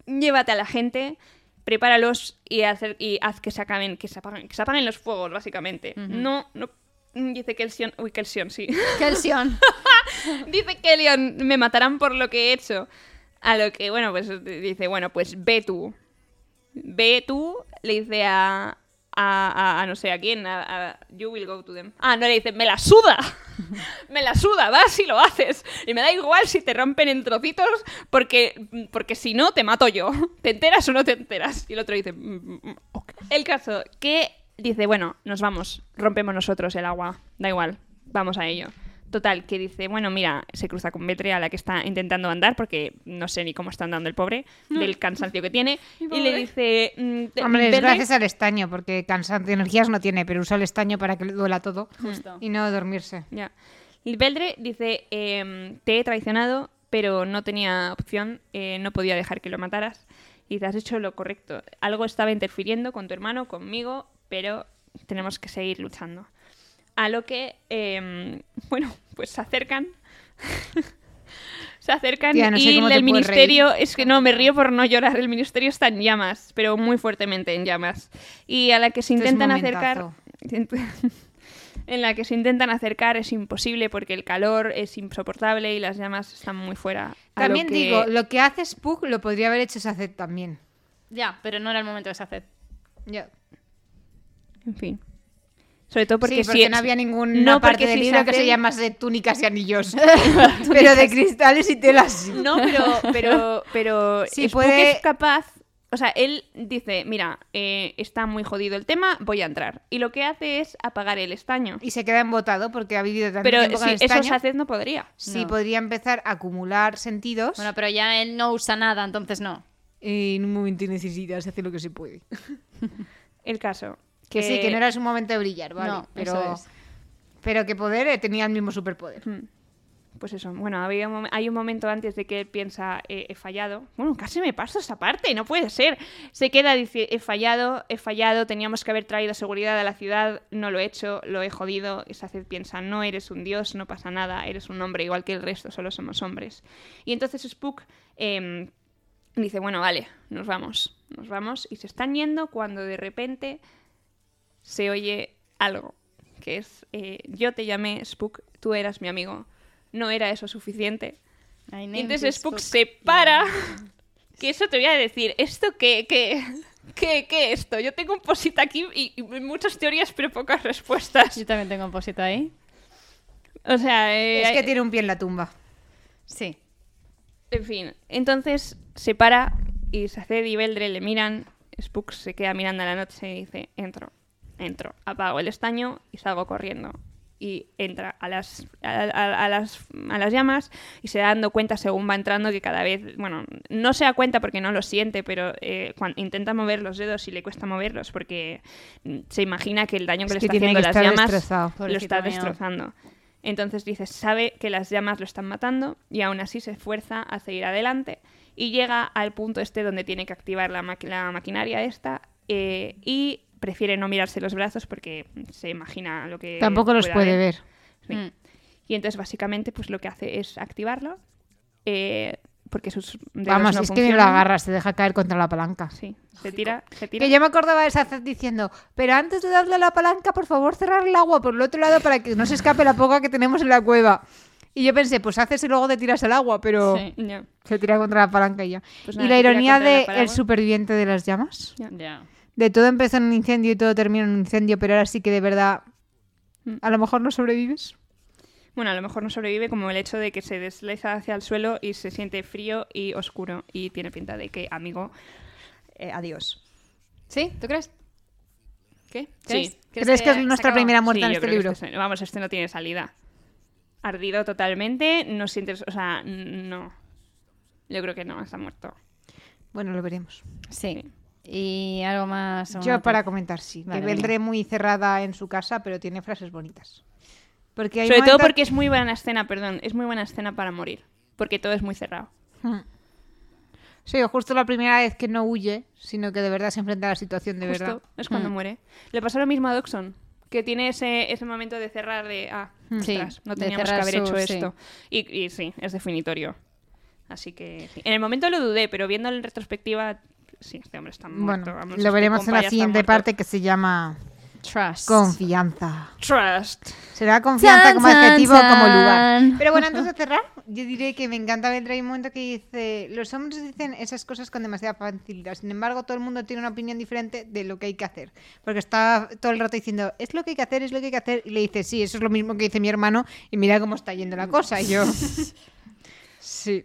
Speaker 1: llévate a la gente, prepáralos y, hacer, y haz que se acaben, que se apaguen, que se apaguen los fuegos, básicamente. No, no. Dice Kelsion, uy, Kelsion, sí.
Speaker 3: Kelsion.
Speaker 1: Dice Kellyon, me matarán por lo que he hecho. A lo que, bueno, pues dice, bueno, pues ve tú. Ve tú, le dice a, a, a- a no sé a quién, a, a- you will go to them. Ah, no, le dice, me la suda. me la suda, vas y lo haces. Y me da igual si te rompen en trocitos, porque, porque si no, te mato yo. ¿Te enteras o no te enteras? Y el otro dice, "Mm, mm, ok". el caso que dice, bueno, nos vamos, rompemos nosotros el agua, da igual, vamos a ello. Total, que dice, bueno, mira, se cruza con Betre a la que está intentando andar, porque no sé ni cómo está andando el pobre, del cansancio que tiene, y le dice... mm, te-
Speaker 2: Hombre, es
Speaker 1: Betre-
Speaker 2: gracias al estaño, porque cansancio energías no tiene, pero usa el estaño para que le duela todo
Speaker 3: Justo.
Speaker 2: y no dormirse.
Speaker 1: Ya. Y Beldre dice, em, te he traicionado, pero no tenía opción, eh, no podía dejar que lo mataras. Y te has hecho lo correcto. Algo estaba interfiriendo con tu hermano, conmigo, pero tenemos que seguir luchando. A lo que, em, bueno, pues se acercan. se acercan
Speaker 2: Tía, no sé
Speaker 1: y
Speaker 2: cómo te
Speaker 1: el
Speaker 2: puedes
Speaker 1: ministerio... Es que no, me río por no llorar. El ministerio está en llamas, pero muy fuertemente en llamas. Y a la que se
Speaker 2: Esto es
Speaker 1: intentan acercar...
Speaker 2: momentazo.
Speaker 1: En la que se intentan acercar es imposible porque el calor es insoportable y las llamas están muy fuera. A lo
Speaker 2: También
Speaker 1: que-
Speaker 2: digo, lo que hace Spook lo podría haber hecho Saced también.
Speaker 3: Ya, pero no era el momento de se hacer.
Speaker 2: Ya.
Speaker 1: En fin. Sobre todo porque,
Speaker 2: sí, porque
Speaker 1: si-
Speaker 2: no había ninguna
Speaker 1: No,
Speaker 2: parte
Speaker 1: porque
Speaker 2: del
Speaker 1: si
Speaker 2: libro que
Speaker 1: Saced-
Speaker 2: se llamase túnicas y anillos. pero de cristales y telas.
Speaker 1: No, pero, pero, pero
Speaker 2: Sí,
Speaker 1: Spook
Speaker 2: puede-
Speaker 1: es capaz O sea, él dice, mira, eh, está muy jodido el tema, voy a entrar. Y lo que hace es apagar el estaño.
Speaker 2: Y se queda embotado porque ha vivido tanto
Speaker 1: Pero
Speaker 2: tiempo con
Speaker 1: si
Speaker 2: el
Speaker 1: eso
Speaker 2: estaño.
Speaker 1: Saced no podría.
Speaker 2: Sí,
Speaker 3: No.
Speaker 2: podría empezar a acumular sentidos.
Speaker 3: Bueno, pero ya él no usa nada, entonces no.
Speaker 2: y en un momento necesitas hacer lo que se puede.
Speaker 1: El caso. Eh,
Speaker 2: Que sí, que no era su momento de brillar, ¿vale?
Speaker 3: No,
Speaker 2: pero,
Speaker 3: eso es.
Speaker 2: pero que poder eh, tenía el mismo superpoder.
Speaker 1: Mm. Pues eso, bueno, había un mom- hay un momento antes de que él piensa, eh, he fallado. Bueno, casi me paso esa parte, no puede ser. Se queda, dice, he fallado, he fallado, teníamos que haber traído seguridad a la ciudad, no lo he hecho, lo he jodido. Y Saced piensa, no eres un dios, no pasa nada, eres un hombre igual que el resto, solo somos hombres. Y entonces Spook em, dice, bueno, vale, nos vamos, nos vamos. Y se están yendo cuando de repente se oye algo, que es eh, yo te llamé Spook, tú eras mi amigo. No era eso suficiente.
Speaker 3: I
Speaker 1: Y
Speaker 3: named
Speaker 1: entonces
Speaker 3: you
Speaker 1: Spook se para. Que eso te voy a decir, ¿esto qué, qué, qué, qué esto? Yo tengo un posit aquí y, y muchas teorías pero pocas respuestas.
Speaker 3: Yo también tengo un posito ahí.
Speaker 1: O sea, eh,
Speaker 2: es que tiene un pie en la tumba.
Speaker 3: Sí.
Speaker 1: En fin, entonces se para y Saced y Veldre le miran. Spook se queda mirando a la noche y dice: Entro, entro, apago el estaño y salgo corriendo. Y entra a las, a, a- a las, a las llamas y se da dando cuenta según va entrando que cada vez, bueno, no se da cuenta porque no lo siente, pero cuando intenta mover los dedos y le cuesta moverlos porque mm, se imagina que el daño que
Speaker 2: Es
Speaker 1: le
Speaker 2: que
Speaker 1: está
Speaker 2: tiene
Speaker 1: haciendo
Speaker 2: que
Speaker 1: las
Speaker 2: estar
Speaker 1: llamas
Speaker 2: destrozado.
Speaker 1: lo está
Speaker 3: Pobrecito mío.
Speaker 1: destrozando. Entonces dice, sabe que las llamas lo están matando y aún así se esfuerza a seguir adelante y llega al punto este donde tiene que activar la, maqui- la maquinaria esta eh, y prefiere no mirarse los brazos porque se imagina lo que...
Speaker 2: Tampoco los puede ver.
Speaker 1: Sí.
Speaker 3: Mm.
Speaker 1: Y entonces básicamente pues lo que hace es activarlo eh, porque sus... dedos
Speaker 2: Vamos,
Speaker 1: no
Speaker 2: es que ni lo
Speaker 1: funcionan.
Speaker 2: agarra, se deja caer contra la palanca.
Speaker 1: Sí, se tira, se tira.
Speaker 2: Que yo me acordaba de Saced diciendo, pero antes de darle a la palanca, por favor, cerrar el agua por el otro lado para que no se escape la poca que tenemos en la cueva. Y yo pensé, pues haces y luego te tiras al agua, pero
Speaker 3: Sí.
Speaker 1: Ya,
Speaker 2: se tira contra la palanca y ya.
Speaker 1: Pues
Speaker 2: y
Speaker 1: nada,
Speaker 2: la
Speaker 1: se tira
Speaker 2: ironía
Speaker 1: contra la
Speaker 2: de el
Speaker 1: paraguas.
Speaker 2: superviviente de las llamas.
Speaker 1: ya.
Speaker 3: Ya.
Speaker 2: De todo empezó en un incendio y todo termina en un incendio, pero ahora sí que de verdad,
Speaker 1: Mm.
Speaker 2: a lo mejor no sobrevives.
Speaker 1: Bueno, a lo mejor no sobrevive como el hecho de que se desliza hacia el suelo y se siente frío y oscuro y tiene pinta de que, amigo, eh, adiós.
Speaker 3: ¿Sí? ¿Tú crees? ¿Qué?
Speaker 1: ¿Crees?
Speaker 2: ¿Crees, que es nuestra primera muerte
Speaker 1: Sí, yo
Speaker 2: en este
Speaker 1: creo que
Speaker 2: libro?
Speaker 1: este- vamos, este no tiene salida. Ardido totalmente, no sientes, o sea, n- no. Yo creo que no, está muerto.
Speaker 2: Bueno, lo veremos.
Speaker 3: Sí. ¿Y algo más? o
Speaker 2: Yo
Speaker 3: no?
Speaker 2: para comentar, sí.
Speaker 3: Vale,
Speaker 2: que
Speaker 3: venga.
Speaker 2: vendré muy cerrada en su casa, pero tiene frases bonitas. Porque hay
Speaker 1: Sobre todo
Speaker 2: momentos-
Speaker 1: porque es muy buena escena, perdón, es muy buena escena para morir, porque todo es muy cerrado.
Speaker 2: Hmm. Sí, justo la primera vez que no huye, sino que de verdad se enfrenta a la situación de
Speaker 1: Justo
Speaker 2: verdad.
Speaker 1: es cuando
Speaker 3: Mm.
Speaker 1: muere. Le pasó lo mismo a Doxon, que tiene ese, ese momento de cerrar de, ah,
Speaker 3: Mm. Sí,
Speaker 1: ostras, no
Speaker 3: de
Speaker 1: teníamos que
Speaker 3: cerrar
Speaker 1: haber hecho
Speaker 3: su- sí.
Speaker 1: esto. Y, y sí, es definitorio. Así que sí. en el momento lo dudé, pero viéndolo en retrospectiva, sí, este hombre está muerto.
Speaker 2: Bueno,
Speaker 1: vamos,
Speaker 2: lo
Speaker 1: este
Speaker 2: veremos
Speaker 1: compa ya
Speaker 2: en la
Speaker 1: está
Speaker 2: siguiente
Speaker 1: muerto.
Speaker 2: parte que se llama
Speaker 3: Trust.
Speaker 2: Confianza.
Speaker 1: Trust.
Speaker 2: Será confianza
Speaker 3: Chan,
Speaker 2: como adjetivo o
Speaker 3: chan,
Speaker 2: como lugar.
Speaker 3: chan.
Speaker 2: Pero bueno, antes de cerrar, yo diré que me encanta ver hay un momento que dice, los hombres dicen esas cosas con demasiada facilidad, sin embargo todo el mundo tiene una opinión diferente de lo que hay que hacer. Porque está todo el rato diciendo, es lo que hay que hacer, es lo que hay que hacer, y le dice, sí, eso es lo mismo que dice mi hermano, y mira cómo está yendo la cosa, y yo... Sí.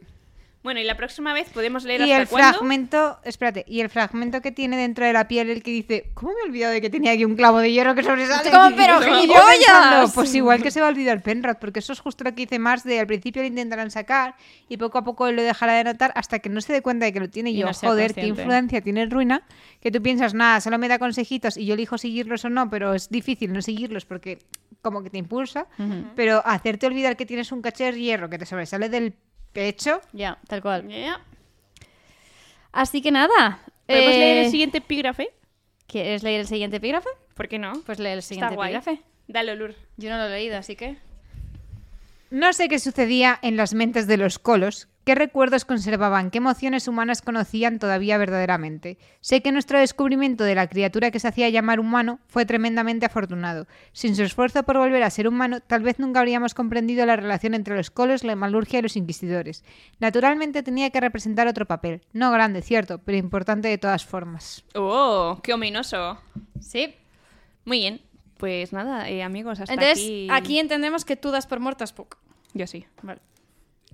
Speaker 1: Bueno, y la próxima vez podemos leer
Speaker 2: Y
Speaker 1: hasta
Speaker 2: el
Speaker 1: cuándo.
Speaker 2: fragmento, espérate, y el fragmento que tiene dentro de la piel, el que dice, ¿cómo me he olvidado de que tenía aquí un clavo de hierro que sobresale?
Speaker 3: ¿Cómo, pero,
Speaker 2: Y yo
Speaker 3: gilipollas?
Speaker 2: pensando, pues igual que se va a olvidar Penrod, porque eso es justo lo que dice Mars de al principio lo intentarán sacar y poco a poco él lo dejará de notar hasta que no se dé cuenta de que lo tiene y
Speaker 3: Y
Speaker 2: yo,
Speaker 3: no sea
Speaker 2: joder, qué
Speaker 3: consciente.
Speaker 2: influencia, tienes ruina, que tú piensas, nada, solo me da consejitos y yo elijo seguirlos o no, pero es difícil no seguirlos porque como que te impulsa,
Speaker 3: Ujú.
Speaker 2: pero hacerte olvidar que tienes un caché de hierro que te sobresale del pecho
Speaker 3: Ya, tal cual.
Speaker 1: Yeah.
Speaker 3: Así que nada.
Speaker 1: ¿Podemos
Speaker 3: eh,
Speaker 1: leer el siguiente epígrafe?
Speaker 3: ¿Quieres leer el siguiente epígrafe?
Speaker 1: ¿Por qué no?
Speaker 3: Pues lee el siguiente
Speaker 1: guay.
Speaker 3: epígrafe.
Speaker 1: Dale olor.
Speaker 3: Yo no lo he leído, así que.
Speaker 2: No sé qué sucedía en las mentes de los colos, qué recuerdos conservaban, qué emociones humanas conocían todavía verdaderamente. Sé que nuestro descubrimiento de la criatura que se hacía llamar humano fue tremendamente afortunado. Sin su esfuerzo por volver a ser humano, tal vez nunca habríamos comprendido la relación entre los colos, la malurgia y los inquisidores. Naturalmente tenía que representar otro papel, no grande, cierto, pero importante de todas formas.
Speaker 1: Oh, qué ominoso.
Speaker 3: Sí.
Speaker 1: Muy bien. Pues nada, eh, amigos, hasta
Speaker 3: Entonces,
Speaker 1: aquí.
Speaker 3: aquí... entendemos que tú das por muerto a Spook.
Speaker 1: Yo sí.
Speaker 3: Vale.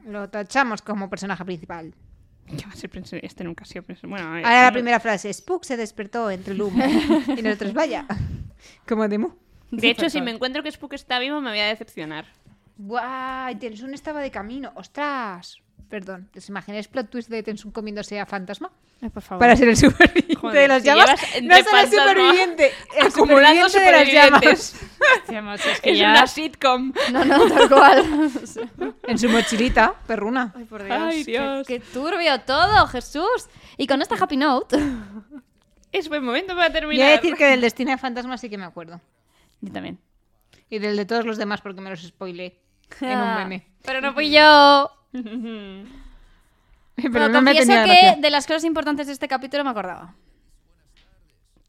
Speaker 2: Lo tachamos como personaje principal.
Speaker 4: ¿Qué va a ser prisionero? Este nunca ha sido prisionero. Bueno, a ver,
Speaker 2: Ahora la
Speaker 4: no-
Speaker 2: primera frase, Spook se despertó entre el humo. Y nosotros, vaya, como demo.
Speaker 1: De hecho, si me encuentro que Spook está vivo, me voy a decepcionar.
Speaker 2: ¡Guau! Tensun estaba de camino. ¡Ostras! Perdón, ¿os imagináis plot twist de Tensun comiéndose a fantasma?
Speaker 3: Ay, por favor.
Speaker 2: Para ser el superviviente
Speaker 1: Joder,
Speaker 2: de las
Speaker 1: si
Speaker 2: llamas.
Speaker 1: llevas entre
Speaker 2: No solo el
Speaker 1: fantasma
Speaker 2: superviviente, el
Speaker 1: acumulando
Speaker 2: superviviente de las llamas.
Speaker 1: supervivientes.
Speaker 4: Hostia, macho, es que
Speaker 1: Es
Speaker 4: ya-
Speaker 1: una sitcom.
Speaker 3: No, no, tal cual.
Speaker 2: En su mochilita, perruna.
Speaker 3: Ay, por
Speaker 4: Dios, Ay,
Speaker 3: qué-
Speaker 4: Dios.
Speaker 3: Qué, turbio todo, Jesús. Y con esta happy note.
Speaker 1: Es buen momento para
Speaker 2: Voy a
Speaker 1: terminar.
Speaker 2: decir que del destino de fantasma sí que me acuerdo.
Speaker 3: Yo también.
Speaker 2: Y del de todos los demás porque me los spoilé en
Speaker 3: Ah.
Speaker 2: un meme.
Speaker 3: Pero no fui yo.
Speaker 2: Pero
Speaker 3: Pero
Speaker 2: no me
Speaker 3: confieso
Speaker 2: tenía
Speaker 3: que
Speaker 2: gracia.
Speaker 3: de las cosas importantes de este capítulo me acordaba.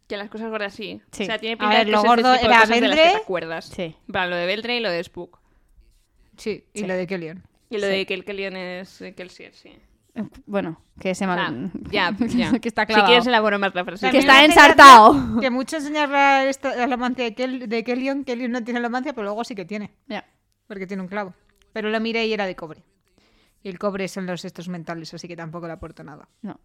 Speaker 1: Que las cosas gordas sí.
Speaker 3: Sí.
Speaker 1: O sea, tiene
Speaker 2: A
Speaker 1: pinta
Speaker 2: ver,
Speaker 1: de que
Speaker 2: lo
Speaker 1: es este tipo
Speaker 2: gordo
Speaker 1: de
Speaker 2: era
Speaker 1: cosas de las que
Speaker 2: Veldre.
Speaker 1: te acuerdas.
Speaker 3: Sí.
Speaker 1: Va, lo de Veldre y lo de Spook.
Speaker 2: Sí, y
Speaker 3: Sí.
Speaker 2: lo de Kellyon.
Speaker 1: Y lo
Speaker 3: Sí.
Speaker 1: de que el Kellyon es eh, Kelsier, sí.
Speaker 3: Eh, Bueno, que se
Speaker 1: Ah,
Speaker 3: mal...
Speaker 1: ya, ya.
Speaker 3: que está
Speaker 1: Si
Speaker 3: clavado.
Speaker 1: quieres elaboro más la frase.
Speaker 3: Que
Speaker 2: También
Speaker 3: está
Speaker 2: me hace
Speaker 3: ensartado.
Speaker 2: gracia Que mucho enseñarla a esta- a la mancia de, Kel- de Kellyon. Kellyon no tiene la mancia, pero luego sí que tiene.
Speaker 3: Ya.
Speaker 2: Porque tiene un clavo. Pero la miré y era de cobre. Y el cobre son los estos mentales, así que tampoco le aporto nada.
Speaker 3: No.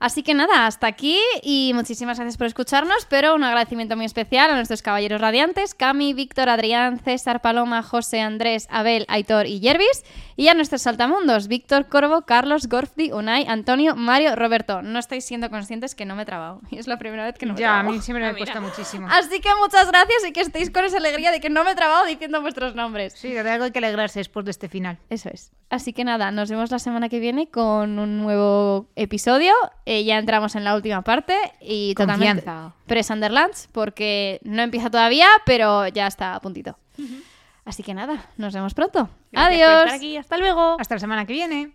Speaker 3: Así que nada, hasta aquí y muchísimas gracias por escucharnos, pero un agradecimiento muy especial a nuestros caballeros radiantes, Cami, Víctor, Adrián, César, Paloma, José, Andrés, Abel, Aitor y Jervis, y a nuestros saltamundos, Víctor, Corvo, Carlos, Gorfdi, Unai, Antonio, Mario, Roberto. No estáis siendo conscientes que no me he trabado, y es la primera vez que no me he
Speaker 2: ya, a
Speaker 3: trabado.
Speaker 2: mí siempre
Speaker 1: Ah,
Speaker 2: me
Speaker 1: mira.
Speaker 2: cuesta muchísimo.
Speaker 3: Así que muchas gracias y que estéis con esa alegría de que no me he trabado diciendo vuestros nombres.
Speaker 2: Sí, de algo hay que alegrarse después de este final.
Speaker 3: Eso es. Así que nada, nos vemos la semana que viene con un nuevo episodio. Eh, ya entramos en la última parte y totalmente
Speaker 2: Confianza.
Speaker 3: pre-Sunderlands porque no empieza todavía, pero ya está a puntito. Así que nada, nos vemos pronto.
Speaker 1: Gracias por
Speaker 3: Adiós.
Speaker 1: estar aquí. Hasta luego.
Speaker 2: Hasta la semana que viene.